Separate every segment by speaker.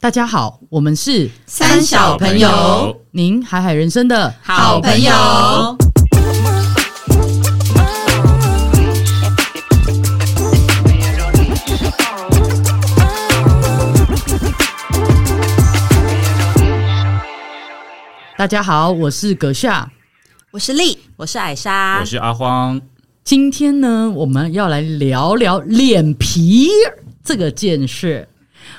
Speaker 1: 大家好，我们是
Speaker 2: 三小朋友，
Speaker 1: 您海海人生的
Speaker 2: 好朋友。
Speaker 1: 大家好，我是阁下。
Speaker 2: 我是丽，我是艾莎
Speaker 3: 我，是阿荒，
Speaker 1: 今天呢，我们要来聊聊脸皮这个件事。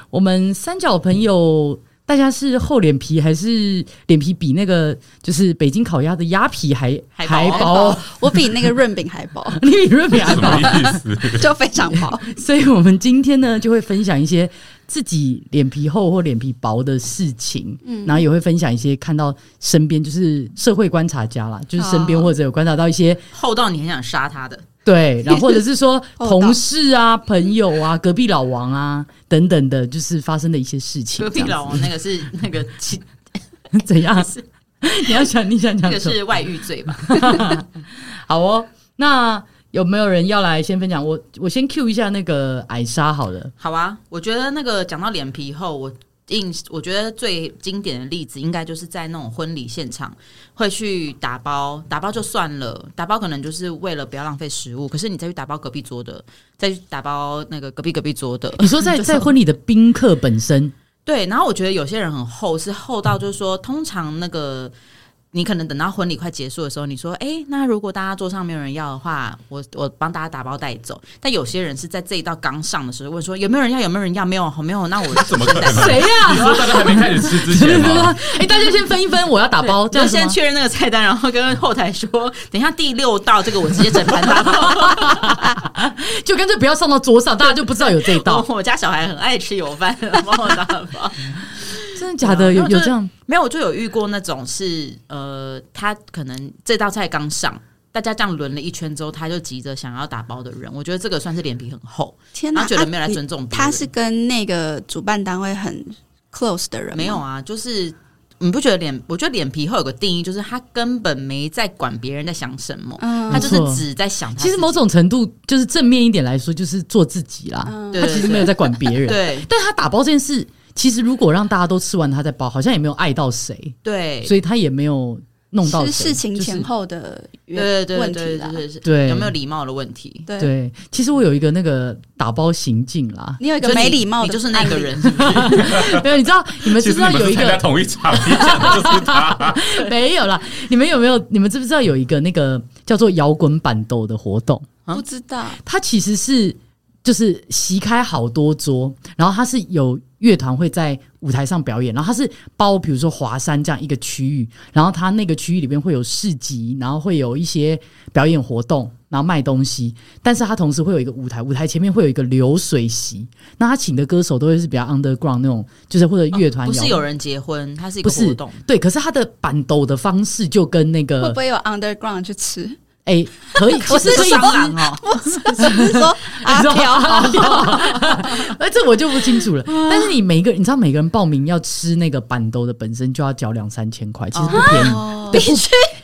Speaker 1: 我们三角朋友，大家是厚脸皮还是脸皮比那个就是北京烤鸭的鸭皮还还薄？
Speaker 2: 我比那个润饼还 薄，
Speaker 1: 你比润饼还
Speaker 3: 什
Speaker 1: 薄
Speaker 3: 么？意思？
Speaker 2: 就非常薄。
Speaker 1: 所以我们今天呢，就会分享一些自己脸皮厚或脸皮薄的事情，嗯，然后也会分享一些看到身边就是社会观察家啦，就是身边
Speaker 4: 哦
Speaker 1: 或者有观察到一些、
Speaker 4: 厚到你很想杀他的。
Speaker 1: 对，然后或者是 说
Speaker 2: 哦
Speaker 1: 同事啊、朋友啊、隔壁老王啊等等的，就是发生的一些事情。
Speaker 4: 隔壁老王那个是那个其
Speaker 1: 这样子 怎样？你要想你想
Speaker 4: 那
Speaker 1: 讲
Speaker 4: 个
Speaker 1: 什么？
Speaker 4: 是外遇罪吧？
Speaker 1: 好哦，那有没有人要来先分享？我我先 Q 一下那个矮莎好了。
Speaker 4: 好啊，我觉得那个讲到脸皮厚，我印我觉得最经典的例子应该就是在那种婚礼现场会去打包，打包就算了，打包可能就是为了不要浪费食物，可是你再去打包隔壁桌的，再去打包那个隔壁隔壁桌的，
Speaker 1: 你说 在在婚礼的宾客本身，
Speaker 4: 对，然后我觉得有些人很厚，是厚到就是说，通常那个你可能等到婚礼快结束的时候，你说，哎，那如果大家桌上没有人要的话，我我帮大家打包带走。但有些人是在这一道刚上的时候问说，有没有人要？有没有人要？没有，没有，那 我
Speaker 3: 怎么可能？
Speaker 1: 谁呀、
Speaker 3: 你说大家还没开始吃之 前吗？
Speaker 1: 哎、大家先分一分，我要打包，这
Speaker 4: 就
Speaker 1: 样子
Speaker 4: 先
Speaker 1: 吗？
Speaker 4: 确认那个菜单，然后跟后台说，等一下第六道这个我直接整盘 打包。
Speaker 1: 就干脆不要上到桌上，大家就不知道有这一道。
Speaker 4: 我我家小孩很爱吃油饭，帮我打包。
Speaker 1: 真的假的？有
Speaker 4: 然后就
Speaker 1: 有这样？
Speaker 4: 没有，我就有遇过那种是呃，他可能这道菜刚上，大家这样轮了一圈之后，他就急着想要打包的人，我觉得这个算是脸皮很厚，
Speaker 2: 天
Speaker 4: 然
Speaker 2: 哪，
Speaker 4: 后觉得
Speaker 2: 啊
Speaker 4: 没有来
Speaker 2: 你
Speaker 4: 尊重别人
Speaker 2: 他是跟那个主办单位很 close 的人吗，
Speaker 4: 没有啊，就是。你不觉得脸？我觉得脸皮厚有个定义，就是他根本没在管别人在想什么，
Speaker 2: 嗯
Speaker 4: 他就
Speaker 1: 没错
Speaker 4: 是只在想他自
Speaker 1: 其
Speaker 4: 己。
Speaker 1: 实某种程度就是正面一点来说，就是做自己啦。
Speaker 2: 嗯
Speaker 4: 对
Speaker 1: 他其实没有在管别人，
Speaker 4: 对
Speaker 1: 但他打包这件事，其实如果让大家都吃完他再包，好像也没有爱到谁，
Speaker 4: 对，
Speaker 1: 所以他也没有弄到
Speaker 2: 是
Speaker 1: 谁
Speaker 2: 事情前。
Speaker 1: 就是
Speaker 2: 后的
Speaker 4: 对对对
Speaker 2: 问
Speaker 4: 对
Speaker 2: 题啊啦
Speaker 4: 对。对对
Speaker 1: 对
Speaker 4: 有没有礼貌的问题？
Speaker 2: 对，，
Speaker 1: 对，其实我有一个那个打包行径啦
Speaker 2: 你有一
Speaker 4: 就
Speaker 2: 个
Speaker 4: 是
Speaker 2: 没
Speaker 4: 你
Speaker 2: 礼貌的，
Speaker 4: 你就是那个。人，是不是？
Speaker 1: 没有，你知道你们知
Speaker 3: 其
Speaker 1: 不知
Speaker 3: 实你
Speaker 1: 道
Speaker 3: 们
Speaker 1: 有
Speaker 3: 是
Speaker 1: 一
Speaker 3: 参加
Speaker 1: 个
Speaker 3: 同一场，你讲的就是他。
Speaker 1: 没有啦？你们有没有？你们知不知道有一个那个叫做摇滚板豆的活动？
Speaker 4: 嗯
Speaker 2: 不知道，
Speaker 1: 它其实是就是席开好多桌，然后它是有乐团会在舞台上表演，然后它是包比如说华山这样一个区域，然后它那个区域里边会有市集，然后会有一些表演活动，然后卖东西，但是它同时会有一个舞台，舞台前面会有一个流水席，那他请的歌手都会是比较 underground 那种，就是或者 乐团、
Speaker 4: 哦不
Speaker 1: 摇
Speaker 4: 是有人结婚，它是一
Speaker 1: 不
Speaker 4: 个
Speaker 1: 是
Speaker 4: 活动。
Speaker 1: 对，可是他的板斗的方式就跟那
Speaker 2: 会
Speaker 1: 个
Speaker 2: 不会有 underground 去 吃？
Speaker 1: 哎、可以，
Speaker 4: 我是
Speaker 1: 可以
Speaker 4: 蟑螂哦，
Speaker 2: 不是，只是说阿飘，啊
Speaker 1: 阿 飘，哦哎，这我就不清楚了。但是你每一个，你知道每个人报名要吃那个板豆的本身就要缴两三千块，其实
Speaker 2: 哦
Speaker 1: 不便宜。
Speaker 4: 哦
Speaker 1: 对不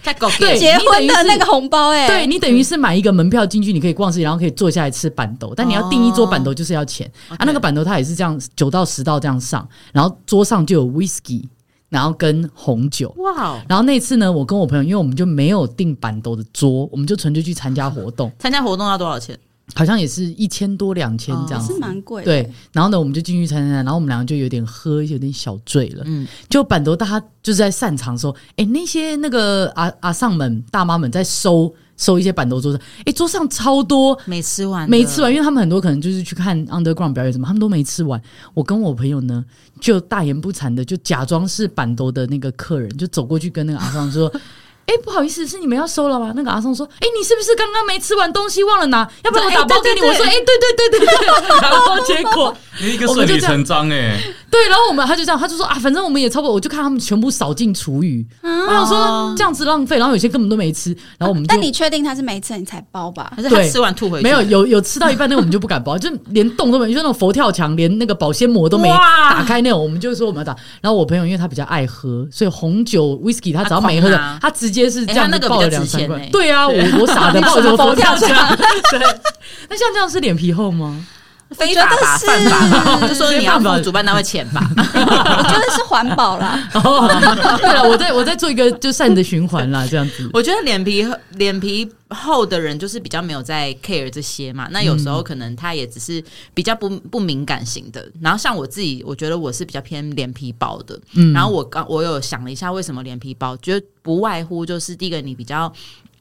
Speaker 4: 在 搞
Speaker 1: 对
Speaker 2: 结
Speaker 1: 你
Speaker 2: 婚的
Speaker 1: 等于是
Speaker 2: 那个红包，哎，
Speaker 1: 对你等于是买一个门票进去，你可以逛市集，然后可以坐下来吃板豆，但你要订一桌板豆就是要钱、
Speaker 2: 嗯
Speaker 1: 啊。那个板豆它也是这样九到十道这样上，然后桌上就有 whisky，然后跟红酒。
Speaker 4: 哇哦！
Speaker 1: 然后那次呢，我跟我朋友，因为我们就没有订板豆的桌，我们就纯粹去参加活动，
Speaker 4: 参加活动要多少钱？
Speaker 1: 好像也是一千多两千这样
Speaker 2: 是
Speaker 1: 子。
Speaker 2: 蛮贵的，
Speaker 1: 对，然后呢，我们就进去参加，然后我们两个就有点喝，有点小醉了。
Speaker 4: 嗯，
Speaker 1: 就板头大家就是在散场的时候，哎，那些那个阿阿上们大妈们在收收一些板头桌上，哎，桌上超多
Speaker 4: 没吃完，
Speaker 1: 没吃完，。因为他们很多可能就是去看 underground 表演什么，他们都没吃完。我跟我朋友呢，就大言不惭的就假装是板头的那个客人，就走过去跟那个阿上说。哎、不好意思，是你们要收了吗？那个阿上说：“哎、你是不是刚刚没吃完东西忘了拿？要不然我
Speaker 4: 对
Speaker 1: 打包给
Speaker 4: 对
Speaker 1: 你。”
Speaker 4: 对
Speaker 1: 我说：“哎、对对对对对。”然后结果
Speaker 3: 一个顺理成章哎，
Speaker 1: 对，然后我们他就这样，他就说啊，反正我们也差不多，我就看他们全部扫进厨余。我想说这样子浪费，然后有些根本都没吃，然后我们就、
Speaker 2: 但你确定他是没吃你才包吧？
Speaker 4: 还是他
Speaker 1: 对
Speaker 4: 吃完吐回去？
Speaker 1: 没有有有吃到一半，那个我们就不敢 包，就连动都没有，就那种佛跳墙，连那个保鲜膜都没
Speaker 4: 哇
Speaker 1: 打开那种，我们就说我们要打。然后我朋友因为他比较爱喝，所以红酒、whisky 他只要没喝的，
Speaker 4: 他狂拿
Speaker 1: 他直接是这样
Speaker 4: 哎他那
Speaker 1: 子
Speaker 4: 个
Speaker 1: 爆了
Speaker 4: 比较
Speaker 1: 两
Speaker 4: 值
Speaker 1: 三
Speaker 4: 钱
Speaker 1: 罐。
Speaker 4: 欸
Speaker 1: 对啊，我我傻的爆
Speaker 2: 什
Speaker 1: 了
Speaker 2: 么
Speaker 1: 佛
Speaker 2: 佛跳
Speaker 1: 墙。对，那像这样是脸皮厚吗？
Speaker 4: 非法吧，
Speaker 2: 我觉得
Speaker 4: 犯
Speaker 2: 是
Speaker 4: 法吧，就说你要
Speaker 1: 没办
Speaker 4: 付
Speaker 1: 法
Speaker 4: 主办单位钱吧。
Speaker 2: 我觉得是环保啦，
Speaker 1: 哦，对了，我在我在做一个就善的循环啦，这样子。
Speaker 4: 我觉得脸 皮脸皮厚的人就是比较没有在 care 这些嘛。那有时候可能他也只是比较不不敏感型的。然后像我自己，我觉得我是比较偏脸皮薄的。
Speaker 1: 嗯，
Speaker 4: 然后我刚我有想了一下，为什么脸皮薄，觉得不外乎就是第一个你比较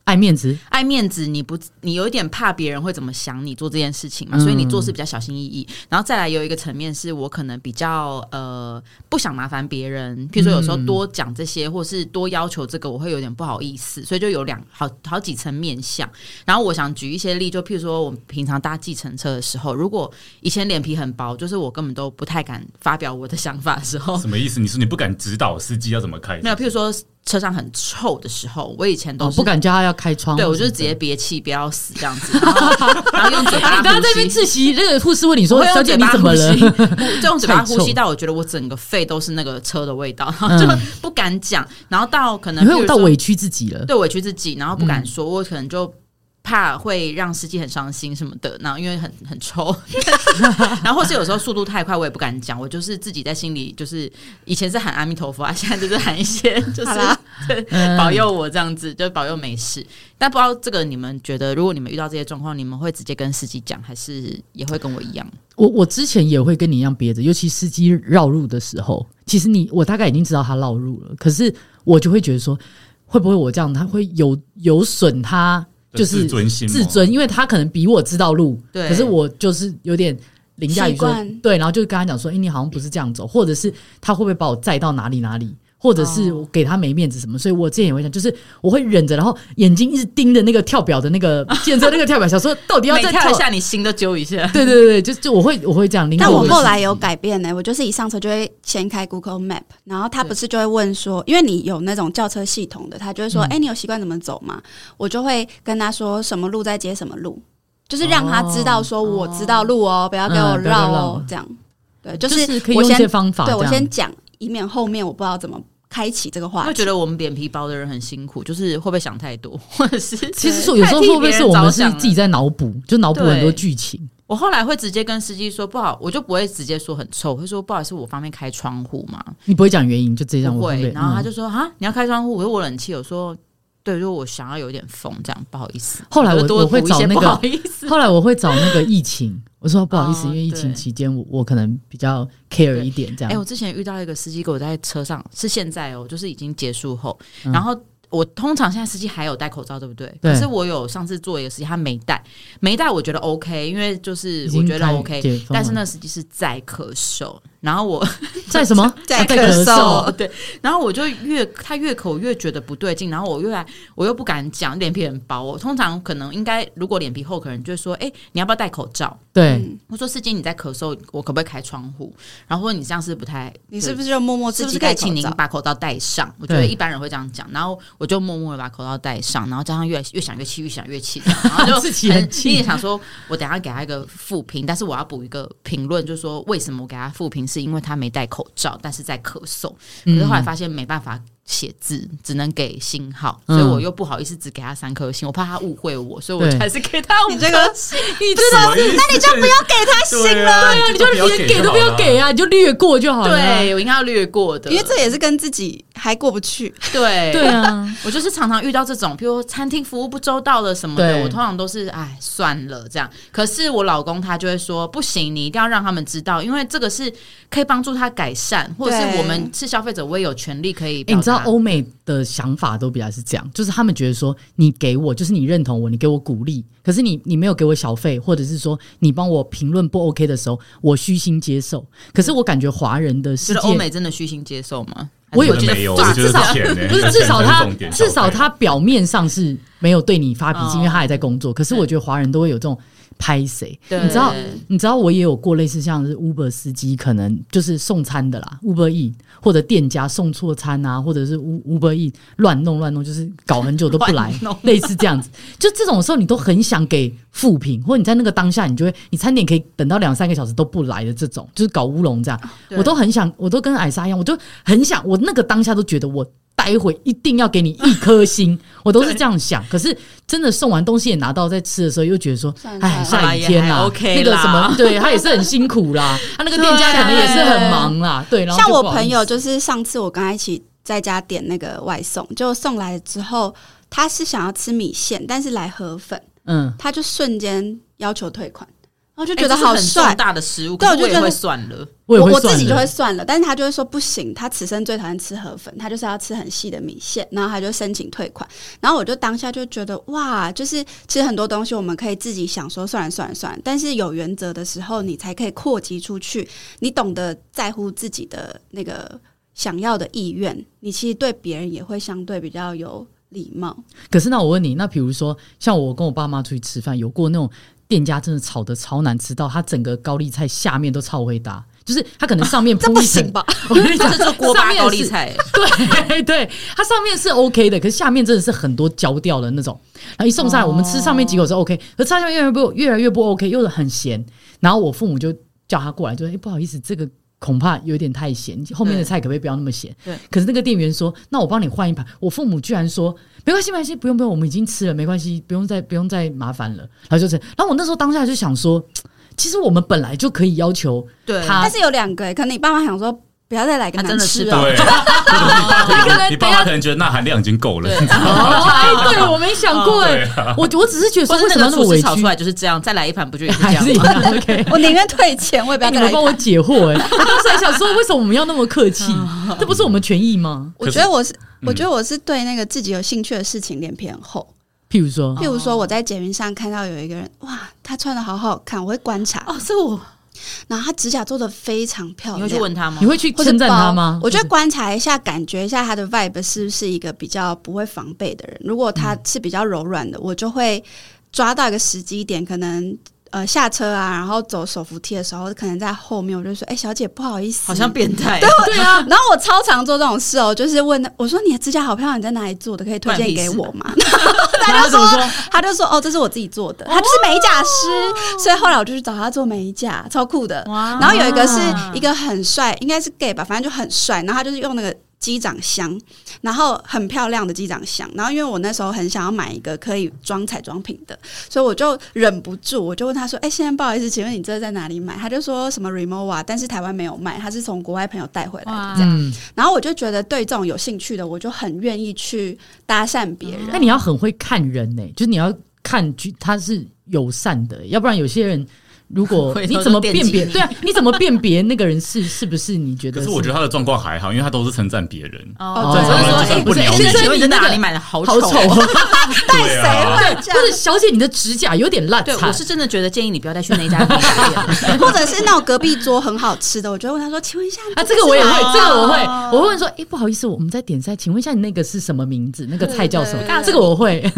Speaker 1: 爱面子，
Speaker 4: 爱面子，你不你有一点怕别人会怎么想你做这件事情嘛，
Speaker 1: 嗯
Speaker 4: 所以你做事比较小心翼翼。然后再来有一个层面是我可能比较呃不想麻烦别人，譬如说有时候多讲这些或是多要求这个，我会有点不好意思，所以就有两好好几层面向。然后我想举一些例，就譬如说我们平常搭计程车的时候，如果以前脸皮很薄，就是我根本都不太敢发表我的想法的时候，
Speaker 3: 什么意思？你说你不敢指导司机要怎么开？
Speaker 4: 没有，譬如说车上很臭的时候，我以前都
Speaker 1: 哦，
Speaker 4: 是
Speaker 1: 不敢叫他要开窗。
Speaker 4: 对，我就是直接憋气，不要死这样 子，然后然后用嘴
Speaker 1: 哎你
Speaker 4: 巴
Speaker 1: 刚刚在那
Speaker 4: 呼
Speaker 1: 边
Speaker 4: 吸。
Speaker 1: 窒息，那个护士问你
Speaker 4: 我
Speaker 1: 说：“
Speaker 4: 会
Speaker 1: 小
Speaker 4: 用
Speaker 1: 姐
Speaker 4: 嘴
Speaker 1: 你
Speaker 4: 巴
Speaker 1: 怎
Speaker 4: 呼
Speaker 1: 么了
Speaker 4: 吸，就 用嘴巴呼
Speaker 1: 太臭
Speaker 4: 吸到我觉得我整个肺都是那个车的味道，然后
Speaker 1: 嗯
Speaker 4: 就不敢讲，然后到可？”能
Speaker 1: 你
Speaker 4: 譬
Speaker 1: 会
Speaker 4: 如
Speaker 1: 到
Speaker 4: 说
Speaker 1: 委屈自己了。
Speaker 4: 对委屈自己，然后不敢说，我可能就怕会让司机很伤心什么的，然后因为很很 臭，然后或是有时候速度太快，我也不敢讲，我就是自己在心里就是以前是喊阿弥陀佛啊，现在就是喊一些就是
Speaker 2: 好啦
Speaker 1: 嗯
Speaker 4: 对保佑我这样子，就保佑没事。但不知道这个你们觉得，如果你们遇到这些状况，你们会直接跟司机讲，还是也会跟我一样？
Speaker 1: 我我之前也会跟你一样憋着，尤其司机绕路的时候，其实你我大概已经知道他绕路了，可是我就会觉得说，会不会我这样他会有有损他就是
Speaker 3: 自尊心吗，
Speaker 1: 自尊，因为他可能比我知道路，
Speaker 4: 对
Speaker 1: 可是我就是有点凌驾于
Speaker 2: 习
Speaker 1: 说
Speaker 2: 惯
Speaker 1: 对，然后就跟他讲说，哎、你好像不是这样走，或者是他会不会把我载到哪里哪里，或者是
Speaker 4: 哦
Speaker 1: 我给他没面子什么，所以我之前也会讲，就是我会忍着，然后眼睛一直盯着那个跳表的那 个健身那个跳表，想说到底要
Speaker 4: 每
Speaker 1: 再
Speaker 4: 跳
Speaker 1: 跳
Speaker 4: 一。下，你心都揪一下。
Speaker 1: 对对对，就就我会我会这样，凌
Speaker 2: 但
Speaker 1: 着
Speaker 2: 我
Speaker 1: 的
Speaker 2: 后
Speaker 1: 心
Speaker 2: 来有改变呢、我就是一上车就会先开 Google Map，然后他不是就会问说，因为你有那种轿车系统的，他就会说，哎、你有习惯怎么走吗？我就会跟他说什么路在接什么路，就是让他知道说我知道路哦，不要给我
Speaker 1: 嗯不要
Speaker 2: 绕
Speaker 1: 绕
Speaker 2: 哦，这样。对，就
Speaker 1: 就是
Speaker 2: 是
Speaker 1: 可以
Speaker 2: 我
Speaker 1: 用一
Speaker 2: 先
Speaker 1: 些方法这
Speaker 2: 对
Speaker 1: 样，
Speaker 2: 我先讲，以免后面我不知道怎么开启这个话
Speaker 4: 会
Speaker 2: 题。
Speaker 4: 觉得我们脸皮薄的人很辛苦，就是会不会想太多，或者 是
Speaker 1: 其实说有时候会
Speaker 4: 太替
Speaker 1: 不会
Speaker 4: 别
Speaker 1: 是
Speaker 4: 人
Speaker 1: 我
Speaker 4: 着
Speaker 1: 们是
Speaker 4: 想了
Speaker 1: 自己在脑补，就脑补很多
Speaker 4: 对
Speaker 1: 剧情。
Speaker 4: 我后来会直接跟司机说不好，我就不会直接说很臭，我会说不好意思，我方便开窗户嘛，
Speaker 1: 你不会讲原因，就直接让
Speaker 4: 不
Speaker 1: 我
Speaker 4: 会。然后他
Speaker 1: 嗯
Speaker 4: 就说啊，你要开窗户，我说我冷气，我说对，如果我想要有点风，这样不好意思。
Speaker 1: 后来我
Speaker 4: 就多
Speaker 1: 我会
Speaker 4: 补一些
Speaker 1: 找那个
Speaker 4: 不好意思，
Speaker 1: 后来我会找那个疫情，我说不好意思，
Speaker 4: 哦
Speaker 1: 因为疫情
Speaker 4: 对
Speaker 1: 期间我我可能比较 care 一点 这
Speaker 4: 哎、我
Speaker 1: 样。
Speaker 4: 之前遇到一个司机，给我在车上，是现在哦，就是已经结束后，
Speaker 1: 嗯
Speaker 4: 然后。我通常现在司机还有戴口罩，对不对？
Speaker 1: 对
Speaker 4: 可是我有上次做一个司机，他没戴，没戴，我觉得 OK，因为就是
Speaker 1: 已经
Speaker 4: 我觉得
Speaker 1: 开
Speaker 4: OK，
Speaker 1: 解封
Speaker 4: 但是
Speaker 1: 了
Speaker 4: 那司机是在咳嗽，然后我
Speaker 1: 在什 么
Speaker 2: 在
Speaker 1: 啊嗽
Speaker 2: 咳嗽？
Speaker 4: 对，然后我就越他越口越觉得不对劲，然后我越来我又不敢讲，脸皮很薄。我通常可能应该如果脸皮厚，可能就会说，哎、你要不要戴口罩？
Speaker 1: 对，
Speaker 2: 嗯，
Speaker 4: 我说司机你在咳嗽，我可不可以开窗户？然后或者你这样是不太，
Speaker 2: 你是不是就默默
Speaker 4: 是
Speaker 2: 自
Speaker 4: 不
Speaker 2: 己
Speaker 4: 是可
Speaker 2: 戴
Speaker 4: 以
Speaker 2: 口
Speaker 4: 请您
Speaker 2: 罩？
Speaker 4: 把口罩戴上？我觉得
Speaker 1: 对
Speaker 4: 一般人会这样讲，然后我就默默的把口罩戴上，然后加上越越想越气，越想越气，然后就
Speaker 1: 自己很气
Speaker 4: 你也想说，我等一下给他一个负评，但是我要补一个评论，就是说为什么我给他负评，是因为他没戴口罩，但是在咳嗽。
Speaker 1: 嗯
Speaker 4: 可是后来发现没办法写字，只能给星号，所以
Speaker 1: 嗯
Speaker 4: 我又不好意思只给他三颗星，我怕他误会我，所以我
Speaker 1: 对
Speaker 4: 还是给他五
Speaker 2: 你
Speaker 4: 颗
Speaker 2: 这个
Speaker 4: 星。
Speaker 1: 你
Speaker 3: 什么意思，那你就不要给他
Speaker 2: 行
Speaker 3: 了，对
Speaker 1: 对
Speaker 3: 啊
Speaker 1: 啊，你就连给都不要给
Speaker 3: 啊。
Speaker 1: 啊，你就略过就好了啊。
Speaker 4: 对，我应该要略过的，
Speaker 2: 因为这也是跟自己还过不去，
Speaker 4: 对
Speaker 1: 对 啊，
Speaker 4: 我就是常常遇到这种，譬如说餐厅服务不周到了什么的，
Speaker 1: 对
Speaker 4: 我通常都是哎算了这样。可是我老公他就会说不行，你一定要让他们知道，因为这个是可以帮助他改善，或者是
Speaker 2: 对
Speaker 4: 我们是消费者，我也有权利可以
Speaker 1: 哎，
Speaker 4: 表达。
Speaker 1: 你知道欧美的想法都比较是这样，就是他们觉得说你给我就是你认同我，你给我鼓励，可是你你没有给我小费，或者是说你帮我评论不 OK 的时候，我虚心接受。
Speaker 3: 嗯
Speaker 1: 可是我感觉华人的世
Speaker 4: 觉
Speaker 1: 界
Speaker 4: 得欧美真的虚心接受吗？
Speaker 1: 我有
Speaker 4: 还是
Speaker 3: 觉得没有，
Speaker 4: 算
Speaker 3: 我
Speaker 4: 了
Speaker 3: 觉
Speaker 1: 至
Speaker 3: 得
Speaker 1: 少
Speaker 3: 是钱欸
Speaker 1: 不是，至少
Speaker 3: 钱
Speaker 1: 他
Speaker 3: 重点
Speaker 1: 至少他表面上是没有对你发脾气，
Speaker 4: 哦
Speaker 1: 因为他还在工作。可是我觉得华人都会有这种拍谁，
Speaker 4: 对
Speaker 1: 你知道？你知道我也有过类似像是 Uber 司机，可能就是送餐的啦，Uber E 或者店家送错餐啊，或者是 U- Uber E 乱弄乱弄，就是搞很久都不来
Speaker 4: 乱弄，
Speaker 1: 类似这样子。就这种时候，你都很想给负评，或者你在那个当下，你就会你餐点可以等到两三个小时都不来的这种，就是搞乌龙这样。
Speaker 4: 对
Speaker 1: 我都很想，我都跟艾莎一样，我就很想，我那个当下都觉得我。待会一定要给你一颗 星，我都是这样想。可是真的送完东西也拿到，在吃的时候又觉得说
Speaker 2: 算，了
Speaker 1: 哎，
Speaker 2: 算
Speaker 4: 了
Speaker 1: 下雨天
Speaker 4: 也还
Speaker 1: 啦那
Speaker 4: OK
Speaker 1: 个什么
Speaker 4: 啦，
Speaker 1: 对他也是很辛苦 啦，他那个店家可能也是很忙啦，对。然后
Speaker 2: 像
Speaker 1: 就
Speaker 2: 我
Speaker 1: 不好意
Speaker 2: 朋
Speaker 1: 思
Speaker 2: 友，就是上次我跟他一起在家点那个外送，就送来之后，他是想要吃米线，但是来河粉，
Speaker 1: 嗯，
Speaker 2: 他就瞬间要求退款，然后就
Speaker 4: 就
Speaker 1: 哎
Speaker 2: 觉得好帅。
Speaker 4: 大的食物，
Speaker 2: 对
Speaker 4: 可是
Speaker 2: 我就
Speaker 4: 也
Speaker 2: 觉得
Speaker 4: 会算了。
Speaker 1: 我也
Speaker 2: 我
Speaker 1: 会
Speaker 2: 我自
Speaker 1: 算
Speaker 2: 己
Speaker 1: 的
Speaker 2: 就会算了，但是他就会说不行，他此生最讨厌吃河粉，他就是要吃很细的米线，然后他就申请退款，然后我就当下就觉得哇，就是其实很多东西我们可以自己想说算了算了算了，但是有原则的时候，你才可以扩及出去，你懂得在乎自己的那个想要的意愿，你其实对别人也会相对比较有礼貌。
Speaker 1: 可是那我问你，那比如说像我跟我爸妈出去吃饭，有过那种店家真的炒的超难吃到，他整个高丽菜下面都超会搭，就是他可能上面
Speaker 2: 这
Speaker 1: 铺
Speaker 2: 不
Speaker 1: 一层
Speaker 2: 行，吧？
Speaker 1: 我跟你
Speaker 4: 这
Speaker 1: 讲
Speaker 4: 是做锅
Speaker 1: 上
Speaker 4: 巴
Speaker 1: 面
Speaker 4: 高丽
Speaker 1: 是
Speaker 4: 菜，
Speaker 1: 对 对，它上面是 OK 的，可是下面真的是很多焦掉的那种。然后一送上来，
Speaker 4: 哦
Speaker 1: 我们吃上面几口是 OK，可是它下面越来越不越来越不 OK，又很咸。然后我父母就叫他过来，就说：“哎、不好意思，这个。”恐怕有点太咸，后面的
Speaker 4: 对
Speaker 1: 菜可不可以不要那么咸？
Speaker 4: 对。
Speaker 1: 可是那个店员说：“那我帮你换一盘。”我父母居然说：“没关系，没关系，不用不用，我们已经吃了，没关系，不用再不用再麻烦了。”然后就是，然后我那时候当下就想说，其实我们本来就可以要求
Speaker 4: 对，
Speaker 1: 他
Speaker 2: 但是有两个、欸可能你爸妈想说不要再来个
Speaker 4: 他
Speaker 2: 难
Speaker 4: 啊真的
Speaker 2: 吃
Speaker 4: 是
Speaker 2: 的，
Speaker 3: 对，
Speaker 1: 他可能
Speaker 3: 你爸妈可能觉得那含量已经够了，
Speaker 4: 对
Speaker 1: 哦，哎，对我没想过哎、
Speaker 3: 对
Speaker 1: 我我只是觉得
Speaker 4: 或
Speaker 1: 说为
Speaker 4: 是
Speaker 1: 什么要
Speaker 4: 那
Speaker 1: 那
Speaker 4: 个
Speaker 1: 么
Speaker 4: 厨师
Speaker 1: 委
Speaker 4: 炒
Speaker 1: 屈
Speaker 4: 出，来就是这样，再来一盘不就也是这
Speaker 1: 还
Speaker 4: 样
Speaker 1: 是一
Speaker 4: 吗？
Speaker 1: 样 OK。
Speaker 2: 我宁愿退钱，我也不
Speaker 1: 哎，
Speaker 2: 要
Speaker 1: 你
Speaker 2: 再
Speaker 1: 们
Speaker 2: 来一
Speaker 1: 帮
Speaker 2: 盘。
Speaker 1: 我解惑哎、我当时还想说，为什么我们要那么客气？
Speaker 4: 嗯
Speaker 1: 这不是我们权益吗？
Speaker 2: 我
Speaker 3: 可是
Speaker 2: 觉得我是，我
Speaker 3: 嗯
Speaker 2: 觉得我是对那个自己有兴趣的事情脸皮很厚。
Speaker 1: 譬如说，
Speaker 4: 嗯
Speaker 2: 譬如说，我在捷运上看到有一个人，哇，他穿的好好看，我会观察，
Speaker 4: 哦，这个我
Speaker 2: 然后他指甲做的非常漂
Speaker 4: 你
Speaker 2: 亮
Speaker 4: 会去。问他吗
Speaker 1: 你？会去
Speaker 2: 或者
Speaker 1: 称赞他
Speaker 2: 包
Speaker 1: 吗？
Speaker 2: 我觉得
Speaker 1: 就是
Speaker 2: 观察一下，感觉一下他的 vibe 是不是一个比较不会防备的人。如果他是比较柔软的，我就会抓到一个时机点，可能呃下车啊，然后走手扶梯的时候，可能在后面，我就说：“哎、小姐，不好意思，
Speaker 4: 好像变态，
Speaker 2: 对啊，然后我超常做这种事哦，就是问他，我说你的指甲好漂亮，你在哪里做的？可以推荐给我吗？
Speaker 1: 他怎么说？
Speaker 2: 他就说哦，这是我自己做的，他就是美甲师，所以后来我就去找他做美甲，超酷的。
Speaker 4: 哇
Speaker 2: 然后有一个是一个很帅，应该是 gay 吧，反正就很帅，然后他就是用那个。机长箱，然后很漂亮的机长箱，然后因为我那时候很想要买一个可以装彩妆品的，所以我就忍不住，我就问他说：“哎、先生不好意思，请问你这在哪里买？”他就说什么 Remova，但是台湾没有卖，他是从国外朋友带回来的。
Speaker 4: 哇
Speaker 1: 嗯，
Speaker 2: 然后我就觉得对这种有兴趣的，我就很愿意去搭讪别人。
Speaker 1: 那你要很会看人呢、就是你要看去他是友善的、要不然有些人。如 果
Speaker 4: 回头
Speaker 1: 你
Speaker 4: 就
Speaker 1: 怎么
Speaker 4: 惦
Speaker 1: 辨
Speaker 4: 记
Speaker 1: 别？
Speaker 4: 你
Speaker 1: 对啊，你怎么辨别那个人是是不是你觉得？
Speaker 3: 可是我觉得他的状况还好，因为他都是称赞别人。啊
Speaker 4: 哦，
Speaker 1: 对对
Speaker 4: 总
Speaker 1: 对
Speaker 4: 会说哎
Speaker 1: 不
Speaker 4: 不是，
Speaker 1: 了
Speaker 4: 哎
Speaker 1: 解
Speaker 4: 那请问你
Speaker 1: 所以
Speaker 4: 在哪
Speaker 1: 那
Speaker 4: 里
Speaker 1: 个
Speaker 4: 买的？好
Speaker 1: 好
Speaker 4: 丑啊
Speaker 1: 丑哦，
Speaker 3: 对啊，
Speaker 2: 谁会这
Speaker 1: 或者
Speaker 2: 样？
Speaker 1: 小姐，你的指甲有点烂
Speaker 4: 对，
Speaker 1: 惨
Speaker 4: 我是真的觉得建议你不要再去那一家店了。啊
Speaker 1: 嗯
Speaker 2: 或者是那种隔壁桌很好吃的，我就会问他说：“请问一下
Speaker 1: 啊，这个我也会
Speaker 4: 哦，
Speaker 1: 这个我会，我会问说，哎、不好意思，我们在点菜，请问一下你那个是什么名字？那个菜叫什么？
Speaker 2: 对对对哦
Speaker 1: 啊，这个我会，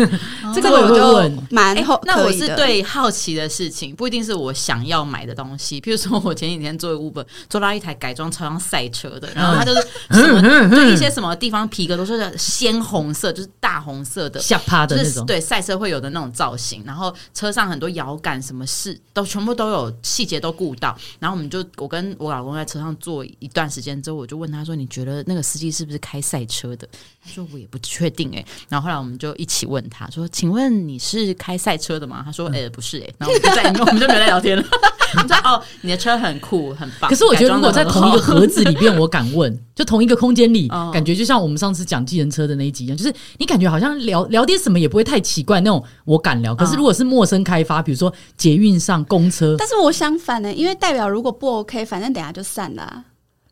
Speaker 1: 这个
Speaker 2: 个
Speaker 1: 也
Speaker 2: 我
Speaker 1: 会
Speaker 2: 就
Speaker 1: 问。
Speaker 2: 蛮
Speaker 4: 哎
Speaker 2: 后、
Speaker 4: 那我是
Speaker 2: 可以的
Speaker 4: 对好奇的事情，不一定是我想要买的东西。譬如说，我前几天坐 Uber 坐到一台改装超像赛车的，然后它就是什么，就一些什么地方皮革都是鲜红色，就是大红色的。
Speaker 1: 吓趴的
Speaker 4: 就
Speaker 1: 那
Speaker 4: 是
Speaker 1: 种，
Speaker 4: 对赛车会有的那种造型，然后车上很多摇杆什么事都全部都有细节都顾到，然后我们就我跟我老公在车上坐一段时间之后，我就问他说：“你觉得那个司机是不是开赛车的？”他说：“我也不确定哎、然后后来我们就一起问他说：“请问你是开赛车的吗？”他说：“哎、
Speaker 1: 嗯
Speaker 4: 不是哎、然后我们就在我们就没有在聊天了。 我们说：“哦，你的车很酷，很棒。”
Speaker 1: 可是我觉得，如果在同一个盒子里面，我敢 问，就同一个空间里
Speaker 4: 哦，
Speaker 1: 感觉就像我们上次讲计程车的那一集一样，就是你感觉好像聊聊点什么也不会太奇怪那种，我敢
Speaker 2: 哦
Speaker 1: 聊。可是如果是陌生开发，比如说捷运上、公车，
Speaker 2: 但是我相反呢、因为代表如果不 OK，反正等一下就散啦、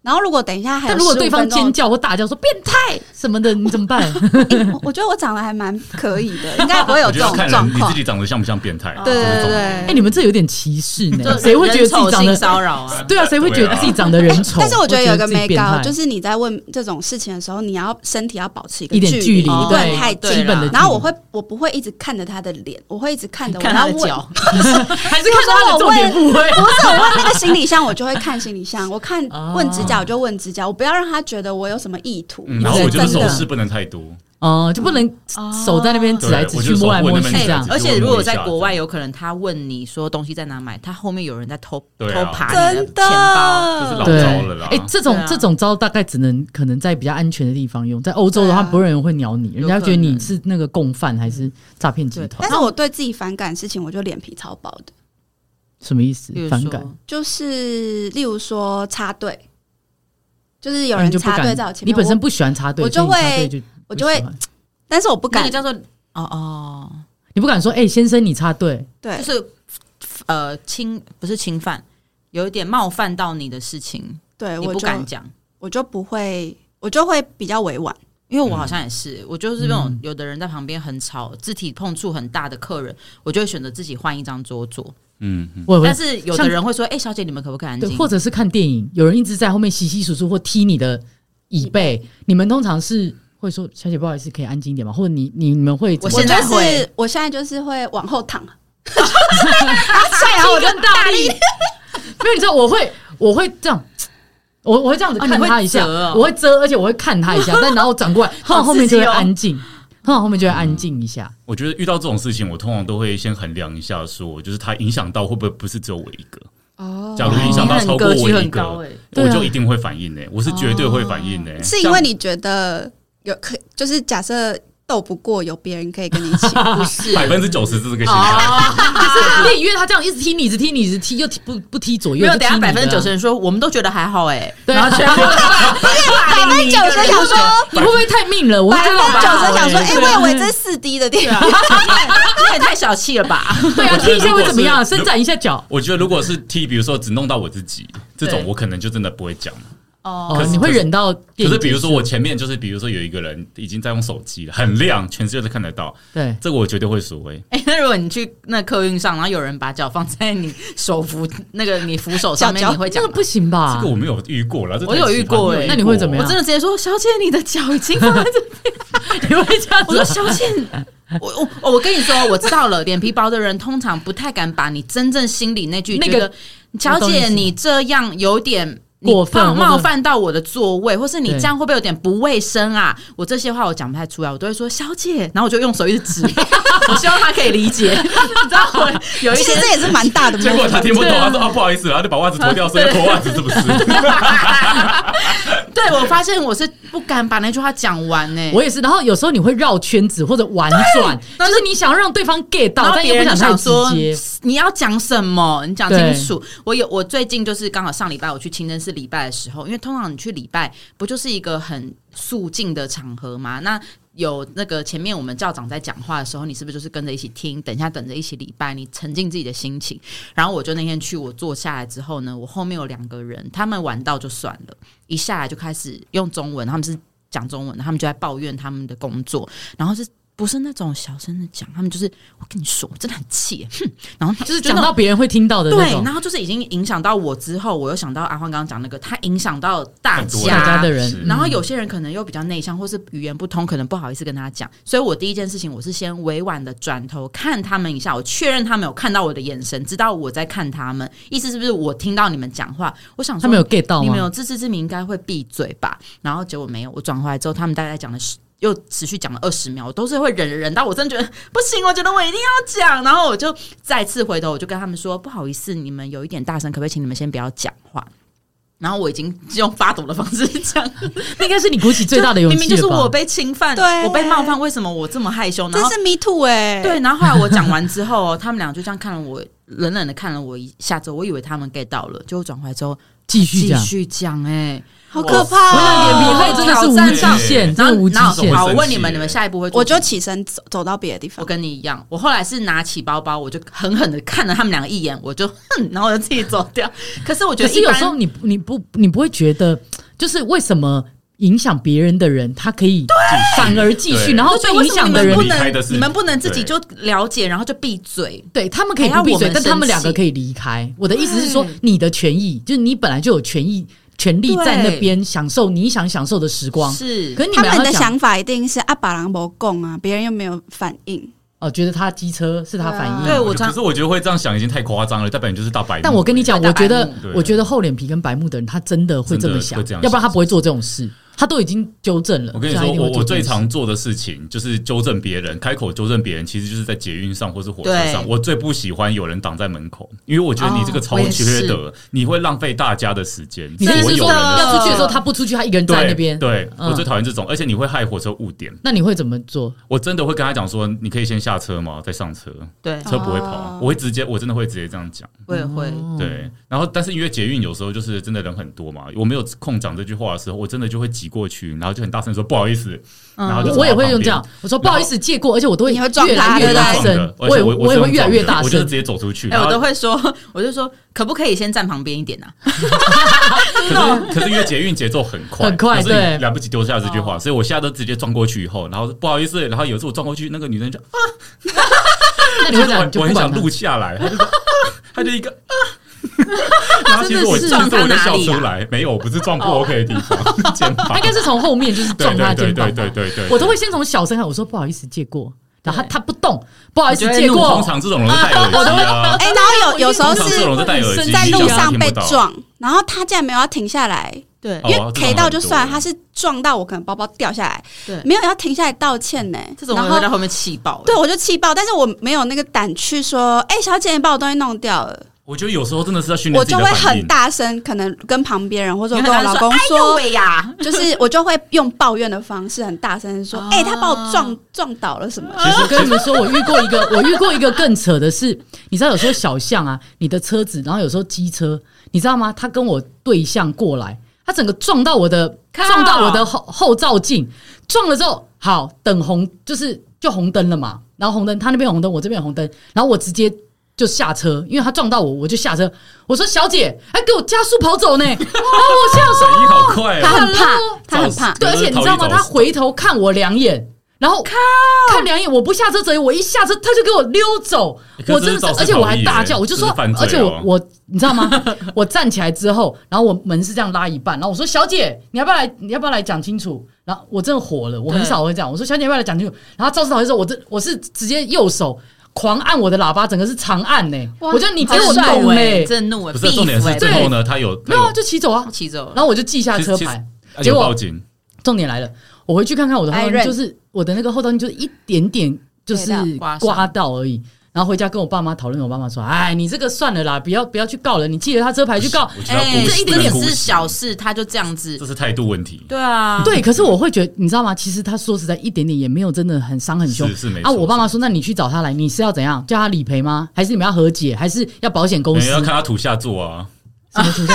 Speaker 2: 然后如果等一下还有
Speaker 1: 但如果对方
Speaker 2: 15分钟哎
Speaker 1: 尖叫或大叫说“变态”什么的，你怎么 办？
Speaker 2: 诶我我觉得我长得还蛮可以的，应该不会有
Speaker 3: 我
Speaker 2: 这
Speaker 3: 觉得要
Speaker 2: 种
Speaker 3: 看
Speaker 2: 状
Speaker 3: 人你
Speaker 2: 况
Speaker 3: 自。己长得像不像变态。啊
Speaker 2: 对
Speaker 3: 这
Speaker 2: 对
Speaker 3: 种
Speaker 2: 对，
Speaker 1: 哎、你们这有点歧视呢，谁会觉得自己长
Speaker 4: 性
Speaker 1: 得
Speaker 4: 骚 扰啊？
Speaker 1: 对啊，谁会觉得自己长得人丑？
Speaker 2: 哎但是我觉得有一个
Speaker 1: 没
Speaker 2: 没搞，就是你在问这种事情的时候，你要身体要保持一个
Speaker 1: 一点距
Speaker 2: 距
Speaker 1: 离，
Speaker 4: 哦
Speaker 2: 不
Speaker 1: 对
Speaker 2: 能太近
Speaker 4: 对。
Speaker 1: 基本的距离。
Speaker 2: 然后我会，我不会一直看着他的脸，我会一直看着我，
Speaker 4: 看
Speaker 2: 然
Speaker 4: 他
Speaker 2: 后
Speaker 4: 的
Speaker 2: 问，
Speaker 4: 脚，
Speaker 1: 还是看到他的重点部位。
Speaker 2: 不是我问那个行李箱，我就会看行李箱，我看
Speaker 1: 哦
Speaker 2: 问指甲我就问指甲，我不要让他觉得我有什么意图。
Speaker 3: 嗯然后我觉得
Speaker 2: 真
Speaker 3: 手
Speaker 2: 的
Speaker 3: 势不能太多，
Speaker 1: 哦、就不能手在那边指来指去、
Speaker 3: 对我就手
Speaker 1: 摸来摸去
Speaker 3: 握那边
Speaker 1: 这样
Speaker 3: 指。
Speaker 4: 而且如果在国
Speaker 3: 就问一
Speaker 4: 外，
Speaker 3: 下
Speaker 4: 有可能他问你说东西在哪买，他后面有人在偷偷
Speaker 3: 对啊
Speaker 4: 爬你的
Speaker 2: 真
Speaker 4: 钱包。
Speaker 3: 这是
Speaker 2: 的
Speaker 3: 老。
Speaker 1: 对，
Speaker 3: 招了啦
Speaker 1: 哎、这种、
Speaker 4: 对啊
Speaker 1: 这种招大概只能可能在比较安全的地方用，在欧洲的
Speaker 4: 对
Speaker 1: 话，
Speaker 4: 啊
Speaker 1: 不会有人会鸟你，人家
Speaker 4: 有可
Speaker 1: 觉得你
Speaker 4: 能
Speaker 1: 是那个共犯还是诈骗集
Speaker 4: 对
Speaker 1: 团
Speaker 2: 但，是我对自己反感的事情，我就脸皮超薄的。
Speaker 1: 什么意思
Speaker 4: 比？如
Speaker 1: 反
Speaker 4: 说
Speaker 1: 感？
Speaker 2: 就是例如说插队，就是有
Speaker 1: 那
Speaker 2: 人
Speaker 1: 你就不
Speaker 2: 插队
Speaker 1: 敢
Speaker 2: 在我前
Speaker 1: 你
Speaker 2: 面，
Speaker 1: 本身
Speaker 2: 我
Speaker 1: 不喜欢插队，
Speaker 2: 我就
Speaker 1: 所以你插队就不
Speaker 2: 我就会
Speaker 1: 喜欢，
Speaker 2: 但是我不
Speaker 4: 那
Speaker 2: 敢
Speaker 4: 个。叫做哦哦，
Speaker 1: 你不敢说，哎、先生你插队，
Speaker 2: 对
Speaker 4: 就，是呃侵不是侵犯，有一点冒犯到你的事情，
Speaker 1: 哎
Speaker 2: 对
Speaker 4: 你
Speaker 2: 我
Speaker 4: 不
Speaker 2: 就
Speaker 4: 敢讲。
Speaker 2: 我就不会，我就会比较委婉。
Speaker 4: 因为我好像也
Speaker 1: 嗯
Speaker 4: 是，我就是那种有的人在旁边很吵、肢体碰触很大的客人，我就会选择自己换一张桌坐。
Speaker 3: 嗯，嗯
Speaker 1: 我也会
Speaker 4: 但是有的人会说：“哎、小姐，你们可不可以安
Speaker 1: 对，
Speaker 4: 静？”
Speaker 1: 或者是看电影，有人一直在后面稀稀疏疏或踢你的椅背，你们通常是会说小姐不好意思，可以安静一点吗？或者你你你们会怎么
Speaker 4: 我
Speaker 2: 我
Speaker 4: 现
Speaker 2: 就
Speaker 4: 在
Speaker 2: 是
Speaker 4: 会
Speaker 2: 我现在就是会往后躺，
Speaker 1: 太阳我更大力，没有你知道我会我会这样。我我会这样子
Speaker 4: 哦
Speaker 1: 看
Speaker 4: 你会
Speaker 1: 他一下，
Speaker 4: 折哦
Speaker 1: 我会遮，而且我会看他 一下，但然后我转过来，通常后面就会安静，通常后面就会安静一下。
Speaker 3: 我觉得遇到这种事情，我通常都会先衡量一下，说就是它影响到会不会不是只有我一个。哦，假如影响到超过我
Speaker 4: 你
Speaker 3: 一
Speaker 4: 很格局很高
Speaker 3: 个
Speaker 4: 欸，
Speaker 1: 对
Speaker 3: 我
Speaker 1: 啊
Speaker 3: 就一定会反应诶，欸我是绝对会反应诶。欸
Speaker 2: 是哦因为你觉得有可，就是假设斗不过，有别人可以跟你一起。
Speaker 4: 不是
Speaker 3: 百分之九十是这个心
Speaker 4: 哦
Speaker 3: 态，
Speaker 4: 嗯
Speaker 1: 可是你约他这样一直踢你，一直踢你，一直踢，又踢不不踢左右，
Speaker 4: 啊没有，
Speaker 1: 就踢
Speaker 4: 等一下
Speaker 1: 你
Speaker 4: 百分之九
Speaker 1: 了
Speaker 4: 十人说我们都觉得还好哎、
Speaker 1: 对啊
Speaker 4: 然 后全部
Speaker 2: 百分之九十想说，
Speaker 1: 你会不会太命了？我
Speaker 2: 百
Speaker 1: 会觉
Speaker 2: 分
Speaker 1: 得
Speaker 2: 之九十想说，
Speaker 1: 哎
Speaker 2: 哎，我以为这是四 D 的
Speaker 4: 啊
Speaker 2: 电影，
Speaker 4: 你也太小气了吧？
Speaker 1: 对啊，
Speaker 3: 我觉
Speaker 1: 踢
Speaker 3: 得
Speaker 1: 一下
Speaker 3: 如果
Speaker 1: 会怎么样？
Speaker 3: 是
Speaker 1: 伸展一下脚。
Speaker 3: 我觉得如果是踢，比如说只弄到我自己这种
Speaker 4: 对，
Speaker 3: 我可能就真的不会讲。
Speaker 4: 哦，
Speaker 1: 哦，
Speaker 3: 是
Speaker 1: 你会忍到
Speaker 3: 可
Speaker 1: 电
Speaker 3: 是
Speaker 1: 影
Speaker 3: 比如
Speaker 1: 结束
Speaker 3: 说我前面就是比如说有一个人已经在用手机了，很亮，全世界都看得到，
Speaker 1: 对，
Speaker 3: 这个我绝对会说欸诶。
Speaker 4: 哎、那如果你去那客运上，然后有人把脚放在你手扶那个你扶手上面，
Speaker 2: 脚脚
Speaker 4: 你会讲
Speaker 1: 这
Speaker 4: 吗
Speaker 1: 个？不行吧？
Speaker 3: 这 个我没有遇过了，这
Speaker 4: 我有遇过
Speaker 3: 哎
Speaker 4: 欸，
Speaker 1: 那你会怎么样
Speaker 4: 我真的直接说，小姐，你的脚已经放在这。
Speaker 1: 你会这样
Speaker 4: 我说，
Speaker 1: 子
Speaker 4: 小姐，我我我跟你说，我知道了，脸皮薄的人通常不太敢把你真正心里那句
Speaker 1: 那
Speaker 4: 觉
Speaker 1: 个
Speaker 4: 得，小
Speaker 1: 我懂意
Speaker 4: 姐，
Speaker 1: 思
Speaker 4: 你这样有点。你
Speaker 1: 过分
Speaker 4: 冒
Speaker 1: 或者
Speaker 4: 冒犯到我的座位，或是你
Speaker 1: 对
Speaker 4: 这样会不会有点不卫生啊？我这些话我讲不太出来，我都会说小姐，然后我就用手一直 指，我希望她可以理 解。你知道我有一
Speaker 2: 其
Speaker 4: 些
Speaker 2: 实这也是蛮大的
Speaker 3: 结果
Speaker 2: 梦。
Speaker 3: 他听不懂，
Speaker 4: 对啊
Speaker 3: 他说啊不好意思，然后就把袜子脱掉，说
Speaker 4: 对
Speaker 3: 要脱袜子是不是？
Speaker 1: 啊
Speaker 4: 对我发现我是不敢把那句话讲完 呢、欸
Speaker 1: 我也是。然后有时候你会绕圈子或者婉转，就是你想让对方 get
Speaker 4: 然
Speaker 1: 到，
Speaker 4: 后
Speaker 1: 但
Speaker 4: 别
Speaker 1: 又不
Speaker 4: 人就
Speaker 1: 太
Speaker 4: 想
Speaker 1: 直
Speaker 4: 说
Speaker 1: 接。
Speaker 4: 你要讲什么，你讲
Speaker 1: 对
Speaker 4: 清楚。我有我最近就是刚好上礼拜我去清真寺礼拜的时候，因为通常你去礼拜不就是一个很肃静的场合嘛？那有那个前面我们教长在讲话的时候，你是不是就是跟着一起听？等一下等着一起礼拜，你沉浸自己的心情。然后我就那天去，我坐下来之后呢，我后面有两个人，他们玩到就算了，一下来就开始用中文，他们是讲中文的，他们就在抱怨他们的工作，然后是。不是那种小声的讲，他们就是我跟你说，我真的很气， 哼。然后
Speaker 1: 就是
Speaker 4: 那
Speaker 1: 讲
Speaker 4: 种
Speaker 1: 到别人会听到的那
Speaker 4: 对，
Speaker 1: 种，
Speaker 4: 然后就是已经影响到我之后，我又想到阿欢刚刚讲那个，他影响到大
Speaker 3: 很多
Speaker 1: 大家的
Speaker 3: 是
Speaker 1: 人，嗯
Speaker 4: 然后有些人可能又比较内向，或是语言不通，可能不好意思跟他讲。所以我第一件事情，我是先委婉的转头看他们一下，我确认他们有看到我的眼神，知道我在看他们，意思是不是我听到你们讲话？我想说
Speaker 1: 他们有 get 到
Speaker 4: 你们
Speaker 1: 吗？
Speaker 4: 有自知之明，应该会闭嘴吧？然后结果没有，我转回来之后，他们大概讲了十，又持续讲了二十秒，我都是会忍忍到我真的觉得不行，我觉得我一定要讲，然后我就再次回头，我就跟他们说不好意思，你们有一点大声，可不可以请你们先不要讲话？然后我已经用发抖的方式讲，
Speaker 1: 那应该是你鼓起最大的勇气
Speaker 4: 明
Speaker 1: 了吧
Speaker 4: 明就是我被侵犯，
Speaker 2: 对
Speaker 4: 我被冒犯，为什么我这么害羞？然
Speaker 2: 这
Speaker 4: 后
Speaker 2: 是 Me Too 哎，
Speaker 4: 对，然后后来我讲完之后，他们俩就这样看了我，冷冷的看了我一下之后，我以为他们 get 到了，结果转回来之后
Speaker 1: 继续
Speaker 4: 继
Speaker 1: 讲，
Speaker 4: 续讲，哎，
Speaker 2: 好可
Speaker 1: 我
Speaker 2: 怕
Speaker 1: 的脸皮
Speaker 2: 哦！
Speaker 1: 厚真的是
Speaker 4: 挑
Speaker 1: 无
Speaker 4: 战上
Speaker 1: 极限，
Speaker 4: 然
Speaker 1: 真
Speaker 4: 后
Speaker 1: 的无极
Speaker 4: 然后
Speaker 1: 限。
Speaker 4: 好，我
Speaker 3: 生
Speaker 4: 问
Speaker 3: 气
Speaker 4: 你们，
Speaker 3: 耶
Speaker 4: 你们下一步会做
Speaker 2: 我就
Speaker 4: 什么
Speaker 2: 起身走走到别的地
Speaker 4: 我
Speaker 2: 方。
Speaker 4: 跟你一样，我后来是拿起包包，我就狠狠的看了他们两个一眼，我就哼，然后我就自己走掉。可是我觉
Speaker 1: 可
Speaker 4: 得
Speaker 1: 是
Speaker 4: 一
Speaker 1: 有
Speaker 4: 般
Speaker 1: 时候你你不你不会觉得，就是为什么影响别人的人，他可以反而继续，
Speaker 3: 对
Speaker 1: 然后
Speaker 4: 我
Speaker 1: 被
Speaker 4: 觉得为
Speaker 1: 影
Speaker 4: 什么
Speaker 1: 响
Speaker 4: 你
Speaker 1: 的
Speaker 4: 们
Speaker 1: 人
Speaker 4: 不
Speaker 3: 离开的
Speaker 4: 能
Speaker 3: 是
Speaker 4: 你们不能自己
Speaker 3: 对
Speaker 4: 就了解，然后就闭嘴。
Speaker 1: 对他们可以
Speaker 4: 还
Speaker 1: 不闭
Speaker 4: 要哎我
Speaker 1: 嘴，
Speaker 4: 们
Speaker 1: 但他们
Speaker 4: 生
Speaker 1: 两个
Speaker 4: 气
Speaker 1: 可以离开。我的意思是说，你的权益就是你本来就有权益、权利在那
Speaker 4: 对
Speaker 1: 边享受你想享受的时光。
Speaker 4: 是
Speaker 1: 可，是你
Speaker 2: 他
Speaker 1: 们
Speaker 2: 们
Speaker 1: 要
Speaker 2: 的
Speaker 1: 讲
Speaker 2: 想法一定是阿巴郎伯供啊，别人又没有反应。
Speaker 1: 哦，觉得他机车是他
Speaker 2: 对啊
Speaker 1: 反应。
Speaker 4: 对我常
Speaker 3: 可是我觉得会这样想已经太夸张了，代表你就是大白目。
Speaker 1: 哎但我跟你讲，
Speaker 4: 对
Speaker 1: 我觉得
Speaker 4: 大白
Speaker 3: 目对
Speaker 1: 我觉得厚脸皮跟白目的人，他真的会这么想
Speaker 3: 真的会这，样
Speaker 1: 要不然他不会做这种事。他都已经纠正了。
Speaker 3: 我跟你
Speaker 1: 所以
Speaker 3: 说，
Speaker 1: 他一定
Speaker 3: 我
Speaker 1: 会
Speaker 3: 我
Speaker 1: 做这
Speaker 3: 最
Speaker 1: 件事
Speaker 3: 常做的事情就是纠正别人，开口纠正别人，其实就是在捷运上或是火车上。
Speaker 4: 对
Speaker 3: 我最不喜欢有人挡在门口，因为我觉得你这个
Speaker 4: 哦
Speaker 3: 超
Speaker 4: 我也
Speaker 3: 缺
Speaker 4: 是
Speaker 3: 德，你会浪费大家的时间。
Speaker 1: 你
Speaker 3: 所
Speaker 1: 的
Speaker 3: 以
Speaker 1: 意
Speaker 3: 我
Speaker 1: 思是
Speaker 3: 有
Speaker 1: 说
Speaker 3: 人的
Speaker 1: 要出去的时候
Speaker 4: 嗯
Speaker 1: 他不出去，他一个人
Speaker 3: 对
Speaker 1: 在那边？
Speaker 3: 对
Speaker 1: 嗯
Speaker 3: 我最讨厌这种，而且你会害火车误点。
Speaker 1: 那你会怎么做？
Speaker 3: 我真的会跟他讲说，你可以先下车吗？再上车，
Speaker 4: 对，
Speaker 3: 车不会跑。啊
Speaker 2: 哦
Speaker 3: 我会直接，我真的会直接这样讲。
Speaker 4: 我也会。
Speaker 1: 嗯
Speaker 3: 对，然后但是因为捷运有时候就是真的人很多嘛，我没有空讲这句话的时候，我真的就会挤过去，然后就很大声说不好意思，然后就
Speaker 1: 嗯我
Speaker 3: 走
Speaker 1: 我也
Speaker 3: 到
Speaker 1: 会
Speaker 3: 旁
Speaker 1: 用
Speaker 3: 边
Speaker 1: 这样，我说不好意思借过，而且我都会
Speaker 2: 你会撞
Speaker 1: 越来
Speaker 2: 他
Speaker 1: 越
Speaker 2: 对不
Speaker 1: 大
Speaker 2: 对
Speaker 1: 声，
Speaker 3: 我
Speaker 1: 也我也会越来越大
Speaker 3: 我就是
Speaker 1: 声
Speaker 3: 直。接走出去。
Speaker 4: 哎、我
Speaker 3: 然
Speaker 4: 都
Speaker 3: 后
Speaker 4: 会说，我就说，可不可以先站旁边一点啊？
Speaker 3: 可是可是因为捷运节奏很快，
Speaker 1: 很快
Speaker 3: 可是你
Speaker 1: 对哦
Speaker 3: 来不及丢下这句话，所以我现在都直接撞过去以后，然后不好意思，然后有一次我撞过去，那个女生就
Speaker 1: 那你会讲，
Speaker 3: 我
Speaker 1: 你就不
Speaker 3: 我很
Speaker 1: 管
Speaker 3: 想
Speaker 1: 他。
Speaker 3: 录下 来，她就说她就一个啊，然后其实我其
Speaker 4: 真
Speaker 3: 实
Speaker 4: 的是
Speaker 3: 我就
Speaker 4: 撞她哪
Speaker 3: 笑
Speaker 4: 里啊
Speaker 3: 出来，没有，我不是撞破 OK 的地方， 肩
Speaker 1: 哦他
Speaker 3: 膀
Speaker 1: 应。该是从后面就是
Speaker 3: 对
Speaker 1: 撞他的
Speaker 3: 对
Speaker 1: 肩膀
Speaker 3: 对
Speaker 1: 吧。
Speaker 3: 对对对，
Speaker 1: 我都会先从小声喊，我说不好意思借过，然后他
Speaker 4: 对
Speaker 1: 他不动，不好意思啊借
Speaker 3: 路
Speaker 1: 过
Speaker 3: 通。常这种人都戴耳机啊，
Speaker 2: 哎、然后有有时候
Speaker 3: 通常这
Speaker 2: 是
Speaker 3: 种人都戴耳机，
Speaker 2: 在路
Speaker 3: 你讲话
Speaker 2: 上
Speaker 3: 听
Speaker 2: 被
Speaker 3: 不到。
Speaker 2: 撞，然后他竟然没有要停下来，
Speaker 4: 对
Speaker 3: 哦
Speaker 2: 因为
Speaker 3: 这种
Speaker 2: K 到就
Speaker 3: 很
Speaker 2: 算，
Speaker 3: 多
Speaker 2: 他是撞到我可能包包掉下来，
Speaker 4: 对，
Speaker 2: 没有要停下来道歉呢、
Speaker 4: 这种
Speaker 2: 然
Speaker 4: 我会在
Speaker 2: 后
Speaker 4: 后面气爆。
Speaker 2: 对我就气爆，但是我没有那个胆去说，哎、小姐你把我东西弄掉了，
Speaker 3: 我觉得有时候真的是要训练
Speaker 2: 我
Speaker 3: 自己
Speaker 2: 就
Speaker 3: 的
Speaker 2: 会
Speaker 3: 反
Speaker 2: 很
Speaker 3: 应。
Speaker 2: 大声，可能跟旁边人或者
Speaker 4: 你
Speaker 2: 我
Speaker 4: 很
Speaker 2: 跟我
Speaker 4: 难
Speaker 2: 老
Speaker 4: 说，
Speaker 2: 公
Speaker 4: 哎呦
Speaker 2: 说，
Speaker 4: 喂呀，
Speaker 2: 就是我就会用抱怨的方式很大声地说，哎、他把我撞撞倒了什么的？
Speaker 3: 其
Speaker 1: 我
Speaker 3: 实
Speaker 1: 跟你们说，我遇过一个，我遇过一个更扯的是，你知道有时候小巷啊，你的车子，然后有时候机车，你知道吗？他跟我对向过来，他整个撞到我的，
Speaker 4: 靠
Speaker 1: 撞到我的后后照镜，撞了之后，好等红就是就红灯了嘛，然后红灯他那边有红灯，我这边有红灯，然后我直接。就下车，因为他撞到我，我就下车。我说：“小姐，还给我加速跑走呢！”啊， 我吓死
Speaker 3: 反应好快
Speaker 2: 他
Speaker 3: 啊！
Speaker 2: 很怕
Speaker 1: Hello，
Speaker 2: 他很怕
Speaker 3: 早。
Speaker 1: 对，而且你知道吗？
Speaker 3: 逃逸走
Speaker 1: 他回头看我两眼，然后看两眼，我不下车追，我一下车他就给我溜走
Speaker 3: 欸，可
Speaker 1: 我
Speaker 3: 是
Speaker 1: 真的
Speaker 3: 这是肇
Speaker 1: 是，
Speaker 3: 事
Speaker 1: 而且我还
Speaker 3: 逃逸
Speaker 1: 大
Speaker 3: 欸
Speaker 1: 叫，我就
Speaker 3: 这是
Speaker 1: 说，
Speaker 3: 犯罪
Speaker 1: 而且我
Speaker 3: 哦
Speaker 1: 我你知道吗？ 我站起来之后，然后我门是这样拉一半，然后我说小姐，你要不要来？你要不要来讲清楚？然后我真的火了，我很
Speaker 4: 对
Speaker 1: 少会这样，我说小姐要不要来讲清楚？然后肇事逃逸之后，我这我是直接右手。狂按我的喇叭，整个是长按呢、
Speaker 2: 哇
Speaker 1: 我觉得你给
Speaker 4: 好
Speaker 1: 我
Speaker 4: 帅
Speaker 1: 弄
Speaker 4: 欸
Speaker 1: 嘞、
Speaker 4: 真的怒哎，
Speaker 3: 不是啊重点是最后呢，他有
Speaker 1: 没
Speaker 3: 他
Speaker 1: 有啊，就骑走啊，
Speaker 4: 骑走了
Speaker 1: 然。后我就记下
Speaker 3: 其实
Speaker 1: 车
Speaker 3: 其实
Speaker 1: 牌，
Speaker 3: 他
Speaker 1: 结
Speaker 3: 有
Speaker 1: 果
Speaker 3: 报警，
Speaker 1: 重点来了，我回去看看我的后照镜，
Speaker 2: Irene
Speaker 1: 就是我的那个后照镜，就是一点点就是
Speaker 2: 对
Speaker 4: 刮伤
Speaker 1: 刮到而已。然后回家跟我爸妈讨论，我爸妈说：“哎，你这个算了啦，不要不要去告了，你记得他车牌去告。
Speaker 3: 我觉得要
Speaker 4: 哎，
Speaker 3: 顾
Speaker 4: 这
Speaker 3: 及
Speaker 4: 一点点
Speaker 3: 顾及
Speaker 4: 是小事，他就这样子
Speaker 3: 这。是态度问题。
Speaker 4: 对啊，”
Speaker 1: 对，可是我会觉得，你知道吗？其实他说实在，一点点也没有真的很伤很凶
Speaker 3: 是是没
Speaker 1: 啊。
Speaker 3: 错
Speaker 1: 我爸妈说：“那你去找他来，你是要怎样？叫他理赔吗？还是你们要和解？还是要保险公
Speaker 3: 你
Speaker 1: 司
Speaker 3: 要看他土下座啊，
Speaker 2: 就是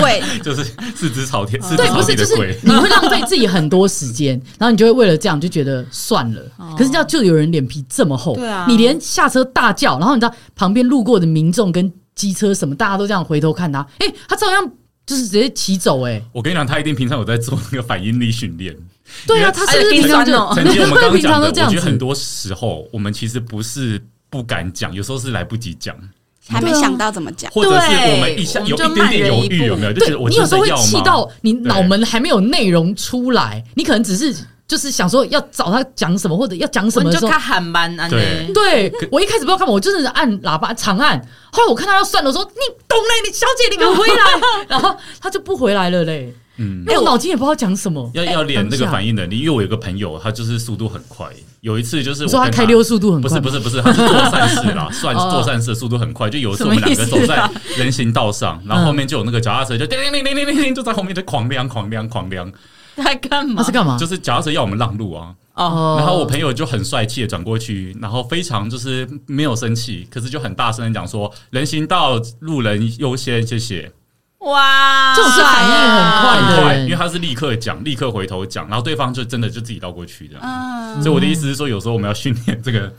Speaker 2: 贵，
Speaker 3: 就是四肢朝天，四肢
Speaker 1: 对，
Speaker 3: 朝
Speaker 1: 不是
Speaker 3: 地
Speaker 1: 就
Speaker 3: 的
Speaker 1: 是
Speaker 3: 跪。
Speaker 1: 你会浪费自己很多时间，然后你就会为了这样就觉得算了。可是要就有人脸皮这么厚，
Speaker 4: 哦对啊
Speaker 1: 你连下车大叫，然后你知道旁边路过的民众跟机车什么，大家都这样回头看他，哎、他照样就是直接骑走、哎，
Speaker 3: 我跟你讲，他一定平常有在做那个反应力训练。
Speaker 1: 对啊，
Speaker 3: 因为
Speaker 1: 他是不是
Speaker 4: 哎
Speaker 1: 平常就
Speaker 4: 心酸哦
Speaker 3: 曾经我们刚刚
Speaker 1: 平
Speaker 3: 讲
Speaker 1: 常
Speaker 3: 的，
Speaker 1: 都
Speaker 3: 我
Speaker 1: 这样
Speaker 3: 觉得很
Speaker 1: 子？
Speaker 3: 多时候我们其实不是不敢讲，有时候是来不及讲，
Speaker 2: 还没想到怎么讲。
Speaker 3: 或者是
Speaker 4: 对
Speaker 3: 我们一下
Speaker 4: 我们
Speaker 3: 有
Speaker 4: 就
Speaker 3: 一点点犹
Speaker 4: 慢人一
Speaker 3: 豫，
Speaker 4: 步
Speaker 3: 有没有？就觉
Speaker 1: 对
Speaker 3: 得我
Speaker 1: 你有
Speaker 3: 真
Speaker 1: 时候
Speaker 3: 的
Speaker 1: 会
Speaker 3: 要
Speaker 1: 气
Speaker 3: 吗？
Speaker 1: 到你
Speaker 3: 对
Speaker 1: 脑门还没有内容出来，你可能只是就是想说要找他讲什么或者要讲什
Speaker 4: 我
Speaker 1: 么
Speaker 4: 们
Speaker 1: 的时
Speaker 4: 就
Speaker 1: 候，
Speaker 4: 看啊喊班安呢。
Speaker 3: 对
Speaker 1: 对我一开始不知道干嘛，我就是按喇叭长按。后来我看他要算了，我说你懂嘞，你小姐你给我回 来，然后他就不回来了嘞。
Speaker 3: 嗯
Speaker 1: 因为我脑筋也不知道讲什么。
Speaker 3: 要要练那
Speaker 1: 当
Speaker 3: 个
Speaker 1: 哎下
Speaker 3: 反应能力，因为我有个朋友，他就是速度很快。有一次就是
Speaker 1: 你
Speaker 3: 我
Speaker 1: 说他
Speaker 3: 跟
Speaker 1: 开溜速度很
Speaker 3: 不
Speaker 1: 快
Speaker 3: 是
Speaker 1: 吗，
Speaker 3: 不是不是，他是做善事 啦，算
Speaker 1: 哦
Speaker 3: 做善事速度很快。就有一次我
Speaker 4: 什么
Speaker 3: 们两个
Speaker 4: 意思
Speaker 3: 走在
Speaker 4: 啊
Speaker 3: 人行道上，然后
Speaker 1: 嗯
Speaker 3: 后面就有那个脚踏车就叮铃铃铃铃铃铃，就在后面就狂亮狂亮狂亮，
Speaker 4: 他干嘛？
Speaker 1: 他啊是干嘛？
Speaker 3: 就是脚踏车要我们让路啊。
Speaker 4: 哦，
Speaker 1: 哦
Speaker 3: 然后我朋友就很帅气的转过去，然后非常就是没有生气，可是就很大声的讲说：“人行道路人优先，谢谢。”
Speaker 4: 哇，
Speaker 1: 这种是反应很快的
Speaker 3: 很快，
Speaker 1: 对
Speaker 3: 因为他是立刻讲，立刻回头讲，然后对方就真的就自己绕过去这样。
Speaker 2: 嗯，
Speaker 3: 所以我的意思是说，有时候我们要训练这个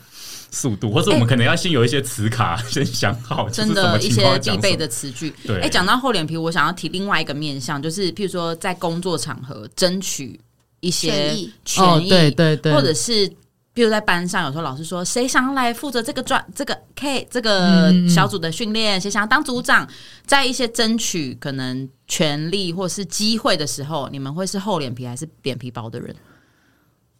Speaker 3: 速度，或者我们可能要先有一些词卡，先想好，就是
Speaker 4: 真
Speaker 3: 什么
Speaker 4: 的一
Speaker 3: 情况
Speaker 4: 些
Speaker 3: 要
Speaker 4: 必
Speaker 3: 讲
Speaker 4: 备
Speaker 3: 什么。
Speaker 4: 的词句。
Speaker 3: 对
Speaker 4: 哎，讲到厚脸皮，我想要提另外一个面向，就是譬如说在工作场合争取一些
Speaker 2: 权益
Speaker 4: 权
Speaker 1: 哦，
Speaker 4: 益，
Speaker 1: 对对对，
Speaker 4: 或者是。比如在班上，有时候老师说谁想要来负责这个专这个 K 这个
Speaker 1: 嗯
Speaker 4: 小组的训练，谁想要当组长，在一些争取可能权利或是机会的时候，你们会是厚脸皮还是扁皮包的人？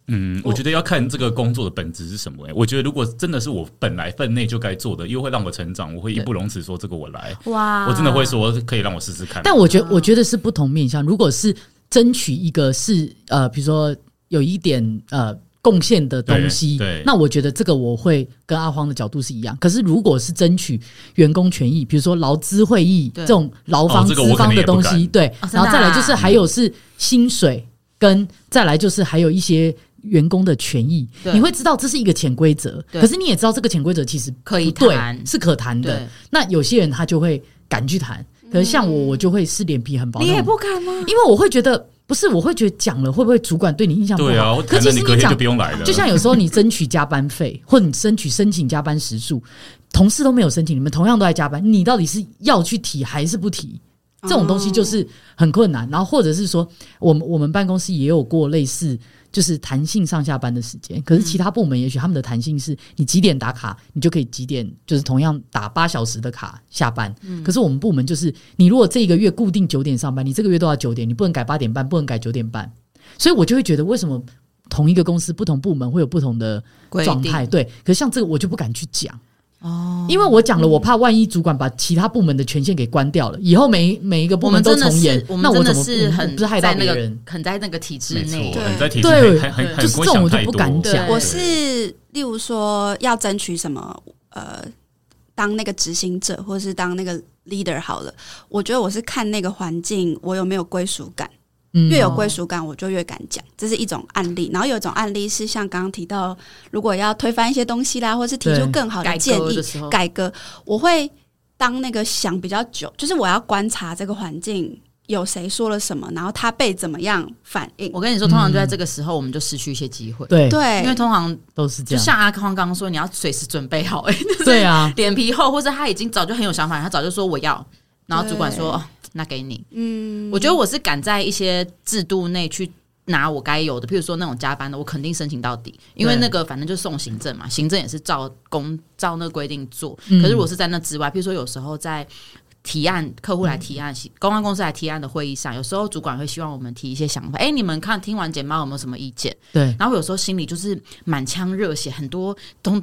Speaker 3: 嗯，我觉得要看这个工作的本质是什么、欸。我觉得如果真的是我本来分内就该做的，又会让我成长，我会义不容辞说这个我来。
Speaker 4: 哇
Speaker 3: 我真的会，说可以让我试试看。
Speaker 1: 但我觉得我觉得是不同面向。如果是争取一个是呃，比如说有一点呃贡献的东西
Speaker 3: 对对，
Speaker 1: 那我觉得这个我会跟阿荒的角度是一样。可是如果是争取员工权益，比如说劳资会议
Speaker 4: 对
Speaker 1: 这种劳
Speaker 3: 哦
Speaker 1: 方
Speaker 3: 这个
Speaker 1: 资
Speaker 3: 我可
Speaker 1: 方
Speaker 3: 能
Speaker 1: 的
Speaker 3: 也不
Speaker 1: 东
Speaker 3: 敢
Speaker 1: 西，对
Speaker 4: 哦，真
Speaker 1: 然后
Speaker 4: 的
Speaker 1: 再来
Speaker 4: 啊
Speaker 1: 就是还有是薪水，跟再来就是还有一些。员工的权益，
Speaker 4: 对
Speaker 1: 你会知道这是一个潜规则，
Speaker 4: 对
Speaker 1: 可是你也知道这个潜规则其实
Speaker 4: 可以
Speaker 1: 不对
Speaker 4: 谈，
Speaker 1: 是可谈的
Speaker 4: 对。，
Speaker 1: 那有些人他就会敢去谈，可是像我，我就会是脸皮很薄。
Speaker 2: 嗯你也，不敢吗？
Speaker 1: 因为我会觉得不是，我会觉得讲了会不会主管对你印象不好？
Speaker 3: 对啊，我
Speaker 1: 可
Speaker 3: 可
Speaker 1: 其
Speaker 3: 能
Speaker 1: 实
Speaker 3: 你隔天
Speaker 1: 讲
Speaker 3: 就不，用来了。
Speaker 1: 就像有时候你争取加班费，或你争取申请加班时数，同事都没有申请，你们同样都在加班，你到底是要去提还是不提？这种东西就是很困难。然后或者是说，我们我们办公室也有过类似。就是弹性上下班的时间，可是其他部门也许他们的弹性是你几点打卡，你就可以几点，就是同样打八小时的卡下班。
Speaker 4: 嗯
Speaker 1: 可是我们部门就是，你如果这一个月固定九点上班，你这个月都要九点，你不能改八点半，不能改九点半。所以我就会觉得，为什么同一个公司不同部门会有不同的
Speaker 4: 规
Speaker 1: 状
Speaker 4: 定
Speaker 1: 态？对，可是像这个我就不敢去讲。
Speaker 4: 哦，
Speaker 1: 因为我讲了，我怕万一主管把其他部门的权限给关掉了，以后每每一个部
Speaker 4: 我
Speaker 1: 门
Speaker 4: 们
Speaker 1: 都
Speaker 4: 真的
Speaker 1: 重演
Speaker 4: 是，，我们
Speaker 1: 那我
Speaker 4: 真的
Speaker 1: 怎么
Speaker 4: 是
Speaker 1: 我
Speaker 4: 很
Speaker 1: 不是害到
Speaker 4: 在那
Speaker 1: 别
Speaker 4: 个
Speaker 1: 人？
Speaker 4: 很在那个体制
Speaker 3: 没错
Speaker 4: 内，，
Speaker 3: 你在体制
Speaker 1: 对
Speaker 3: 很很
Speaker 1: 就
Speaker 3: 很
Speaker 1: 是
Speaker 3: 不会
Speaker 1: 这种我
Speaker 3: 想
Speaker 1: 就
Speaker 3: 太
Speaker 1: 不
Speaker 3: 多。
Speaker 1: 敢讲
Speaker 4: 对
Speaker 2: 我是例如说要争取什么呃，当那个执行者或是当那个 leader 好了，我觉得我是看那个环境我有没有归属感，
Speaker 1: 嗯
Speaker 2: 越有归属感我就越敢讲，这是一种案例。然后有一种案例是像刚刚提到，如果要推翻一些东西啦，或是提出
Speaker 1: 对
Speaker 2: 更好
Speaker 4: 改
Speaker 2: 的啊建
Speaker 4: 革
Speaker 2: 议
Speaker 4: 的时候，
Speaker 2: 改革，我会当那个想比较久，就是我要观察这个环境。有谁说了什么，然后他被怎么样反应？
Speaker 4: 我跟你说，通常就在这个时候，我们就失去一些机会。
Speaker 1: 嗯对，
Speaker 2: 对，
Speaker 4: 因为通常
Speaker 1: 都是这
Speaker 4: 就
Speaker 1: 样。
Speaker 4: 像阿康刚刚说，你要随时准备好，哎，
Speaker 1: 对啊，
Speaker 4: 脸皮厚，或者他已经早就很有想法，他早就说我要，然后主管说
Speaker 2: 对
Speaker 4: 哦，那给你。
Speaker 2: 嗯
Speaker 4: 我觉得我是敢在一些制度内去拿我该有的，譬如说那种加班的，我肯定申请到底，因为
Speaker 1: 对
Speaker 4: 那个反正就送行政嘛，行政也是照公照那个规定做。
Speaker 1: 嗯
Speaker 4: 可是我是在那之外，譬如说有时候在。提案客户来提案，公关公司来提案的会议上，有时候主管会希望我们提一些想法。哎、你们看听完简报有没有什么意见？
Speaker 1: 对，
Speaker 4: 然后有时候心里就是满腔热血，很多东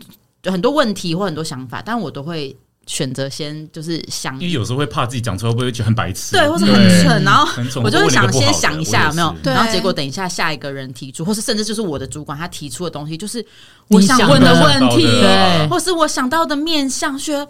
Speaker 4: 很多问题或很多想法，但我都会选择先就是想
Speaker 3: 因为有时候会怕自己讲出来会不会觉得很白痴，
Speaker 4: 对，或是很蠢，然后
Speaker 3: 很蠢。
Speaker 4: 我就会
Speaker 3: 问了个
Speaker 4: 想
Speaker 3: 不好
Speaker 4: 先
Speaker 3: 的
Speaker 4: 想一下有没有
Speaker 3: 我也，是
Speaker 2: 对
Speaker 4: 然后结果等一下下一个人提出，或是甚至就是我的主管他提出的东西，就是
Speaker 1: 你
Speaker 4: 我想
Speaker 1: 想
Speaker 4: 问
Speaker 1: 的
Speaker 4: 问题，
Speaker 3: 想到的
Speaker 1: 对
Speaker 4: 或是我想到的面向，觉得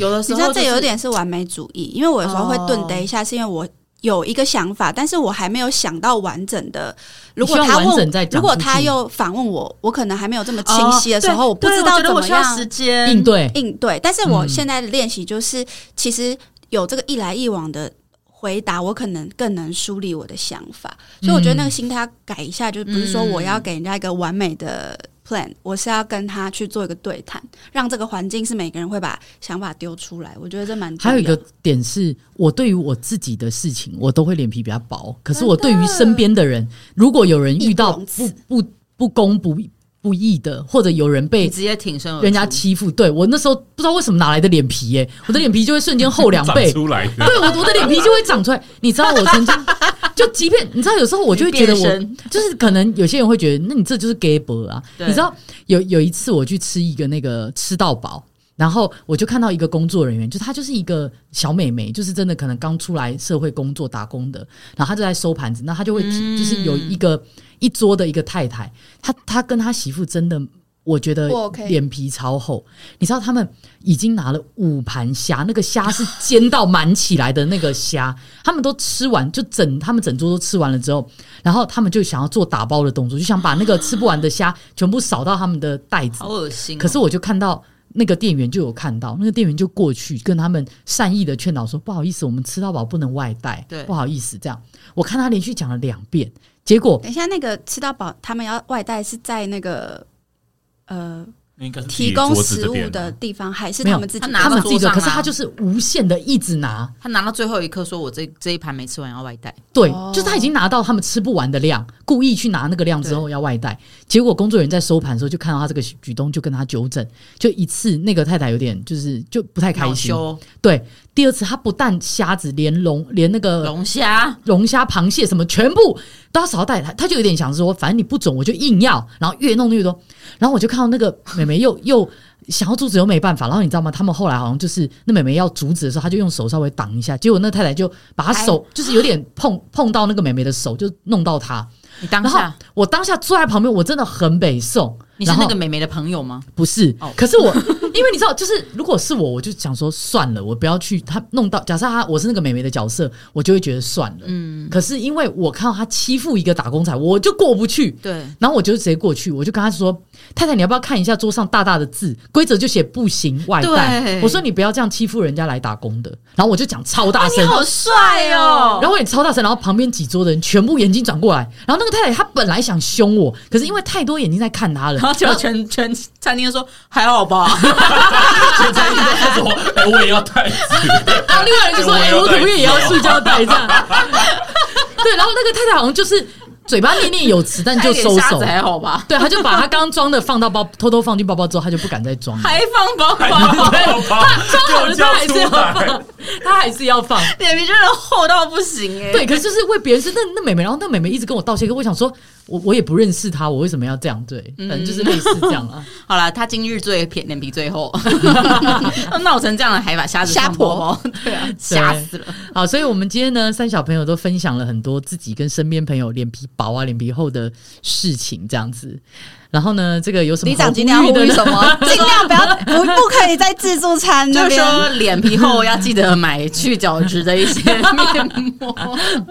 Speaker 4: 有的
Speaker 2: 你
Speaker 4: 时候
Speaker 2: 知道这
Speaker 4: 就是哦
Speaker 2: 有点是完美主义，因为我有时候会顿得一下，是因为我有一个想法，但是我还没有想到完整的。如果
Speaker 1: 你希
Speaker 2: 他
Speaker 1: 望完整
Speaker 2: 问
Speaker 1: 再，讲
Speaker 2: 如果
Speaker 1: 出去
Speaker 2: 他又反问我，我可能还没有这么清晰的时候，
Speaker 4: 哦
Speaker 2: 我不知道
Speaker 4: 对对
Speaker 2: 怎
Speaker 4: 我
Speaker 2: 么
Speaker 4: 觉得我需要
Speaker 2: 样
Speaker 4: 时间
Speaker 1: 应对，
Speaker 2: 应对。但是我
Speaker 1: 嗯
Speaker 2: 现在的练习就是，其实有这个一来一往的。回答我可能更能梳理我的想法，所以我觉得那个心态要改一下，就是不是说我要给人家一个完美的
Speaker 1: 嗯
Speaker 2: plan，我是要跟他去做一个对谈，让这个环境是每个人会把想法丢出来。我觉得这蛮重
Speaker 1: 还有一
Speaker 2: 要的
Speaker 1: 个点是，我对于我自己的事情，我都会脸皮比较薄。可是我对于身边的人，如果有人遇到
Speaker 2: 义不容
Speaker 1: 不
Speaker 2: 辞
Speaker 1: 不不公不不义的，或者有人
Speaker 4: 你
Speaker 1: 被
Speaker 4: 直接挺身而出，
Speaker 1: 人家欺负，对我那时候不知道为什么哪来的脸皮耶、我的脸皮就会瞬间厚两倍
Speaker 3: 长。出来 的。
Speaker 1: 对我我的脸皮就会长出来。你知道我曾经就即便你知道有时候我就会觉得
Speaker 4: 变
Speaker 1: 我
Speaker 4: 身
Speaker 1: 就是可能有些人会觉得，那你这就是 gay boy 啊。
Speaker 4: 对
Speaker 1: 你知道有有一次我去吃一个那个吃到饱。然后我就看到一个工作人员，就她就是一个小美眉，就是真的可能刚出来社会工作打工的，然后她就在收盘子，那她就会提，
Speaker 4: 嗯
Speaker 1: 就是有一个一桌的一个太太，她她跟她媳妇真的，我觉得
Speaker 2: 不 OK
Speaker 1: 脸皮超厚，你知道他们已经拿了五盘虾，那个虾是煎到满起来的那个虾， 他们都吃完，就整他们整桌都吃完了之后，然后他们就想要做打包的动作，就想把那个吃不完的虾全部扫到他们的袋子
Speaker 4: 好。恶心哦。
Speaker 1: 可是我就看到那个店员就有看到，那个店员就过去跟他们善意的劝导说：“不好意思，我们吃到饱不能外带，
Speaker 4: 对
Speaker 1: 不好意思。”这样，我看他连续讲了两遍，结果
Speaker 2: 等一下，那个吃到饱，他们要外带是在那个呃
Speaker 3: 那应该是自己
Speaker 2: 提供
Speaker 3: 桌子
Speaker 2: 食
Speaker 3: 这
Speaker 2: 物
Speaker 3: 边
Speaker 2: 的地方，还是
Speaker 1: 没有
Speaker 2: 他们自己
Speaker 4: 他拿
Speaker 1: 他
Speaker 4: 到
Speaker 1: 们自己就，
Speaker 4: 桌上啊
Speaker 1: 可是他就是无限的一直拿，
Speaker 4: 他拿到最后一刻，说我这这一盘没吃完要外带，
Speaker 1: 对，
Speaker 2: 哦
Speaker 1: 就是他已经拿到他们吃不完的量，故意去拿那个量之后要外带，结果工作人员在收盘的时候就看到他这个举动，就跟他纠正，就一次那个太太有点就是就不太开
Speaker 4: 恼
Speaker 1: 心。
Speaker 4: 羞
Speaker 1: 对，第二次他不但虾子连龙连那个
Speaker 4: 龙虾
Speaker 1: 龙虾、螃蟹什么全部都要少带他，他就有点想说，反正你不准我就硬要，然后越弄越多，然后我就看到那个美眉又又想要阻止又没办法，然后你知道吗？他们后来好像就是那美眉要阻止的时候，她就用手稍微挡一下，结果那太太就把她手
Speaker 4: 哎
Speaker 1: 就是有点碰碰到那个美眉的手，就弄到她。
Speaker 4: 你当
Speaker 1: 然后
Speaker 4: 下
Speaker 1: 我当下坐在旁边，我真的很北宋。
Speaker 4: 你是
Speaker 1: 然后
Speaker 4: 那个美眉的朋友吗？
Speaker 1: 不是，
Speaker 4: 哦
Speaker 1: 可是我， 因为你知道，就是如果是我，我就想说算了，我不要去他弄到。假设他我是那个美眉的角色，我就会觉得算了。嗯，可是因为我看到他欺负一个打工仔，我就过不去。
Speaker 4: 对，
Speaker 1: 然后我就直接过去，我就跟他说：“太太，你要不要看一下桌上大大的字？规则就写不行外带。
Speaker 4: 对
Speaker 1: 我说你不要这样欺负人家来打工的。”然后我就讲超大
Speaker 4: 你
Speaker 1: 声，
Speaker 4: 好帅哦！
Speaker 1: 然后我也超大声，然后旁边几桌的人全部眼睛转过来。然后那个太太她本来想凶我，可是因为太多眼睛在看她了，
Speaker 4: 然后结果全全餐厅都说还好吧，
Speaker 3: 现在一直在说，哎、我也要带子，
Speaker 1: 然后另外人就说：“
Speaker 3: 我
Speaker 1: 哎、
Speaker 3: 也要
Speaker 1: 我可不可以也要
Speaker 3: 带啊
Speaker 1: 塑胶袋这样？” 对，然后那个太太好像就是嘴巴念念有词，但 就收
Speaker 4: 虾
Speaker 1: 手
Speaker 4: 子。还好吧，
Speaker 1: 对，他就把他刚刚装的放到包，偷偷放进包包之后，他就不敢再 装了。
Speaker 4: 还放包
Speaker 3: 还
Speaker 4: 包，
Speaker 3: 要把
Speaker 1: 装好了，他还是要
Speaker 3: 给我交出来
Speaker 1: 放，他还是要放。
Speaker 4: 脸皮真的厚到不行哎、
Speaker 1: 对，可是就是为别人是那那妹妹，然后那妹妹一直跟我道歉，可我想说，我我也不认识她，我为什么要这样？对，反正就是类似这样啊。
Speaker 4: 好啦，他今日最偏脸皮 最厚，闹成这样了还把虾子
Speaker 2: 虾
Speaker 4: 放包
Speaker 2: 婆
Speaker 4: 包，对啊，吓死了。
Speaker 1: 好，所以我们今天呢，三小朋友都分享了很多自己跟身边朋友脸皮薄啊、脸皮厚的事情，这样子。然后呢，这个有什么
Speaker 2: 里
Speaker 1: 好
Speaker 2: 长
Speaker 1: 呼
Speaker 2: 尽量
Speaker 1: 吁
Speaker 2: 呼
Speaker 1: 的
Speaker 2: 吁
Speaker 1: 呢？
Speaker 2: 什么？ 尽量不要不不可以在自助餐那
Speaker 4: 就是
Speaker 2: 边。
Speaker 4: 说脸皮厚要记得买去角质的一些面膜，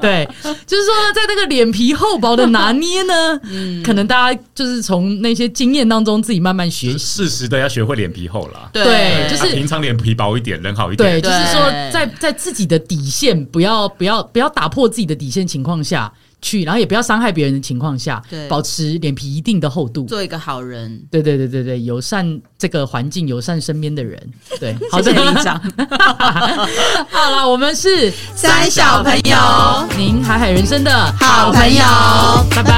Speaker 1: 对，就是说呢，在那个脸皮厚薄的拿捏呢，
Speaker 4: 嗯
Speaker 1: 可能大家就是从那些经验当中自己慢慢学习。
Speaker 3: 适时的要学会脸皮厚啦。
Speaker 1: 对就是
Speaker 3: 啊平常脸皮薄一点，人好一
Speaker 1: 对，
Speaker 3: 点。
Speaker 1: 就
Speaker 4: 对
Speaker 1: 是说在在自己的底线不要不要不要打破自己的底线情况下去，然后也不要伤害别人的情况下，
Speaker 4: 对
Speaker 1: 保持脸皮一定的厚度。
Speaker 4: 做一个好人。
Speaker 1: 对对对对对，友善这个环境，友善身边的人。对，好的
Speaker 4: 谢，谢里长，
Speaker 1: 好了，我们是哦
Speaker 2: 三小朋友
Speaker 1: 您海海人生的
Speaker 2: 好朋友
Speaker 1: 拜拜。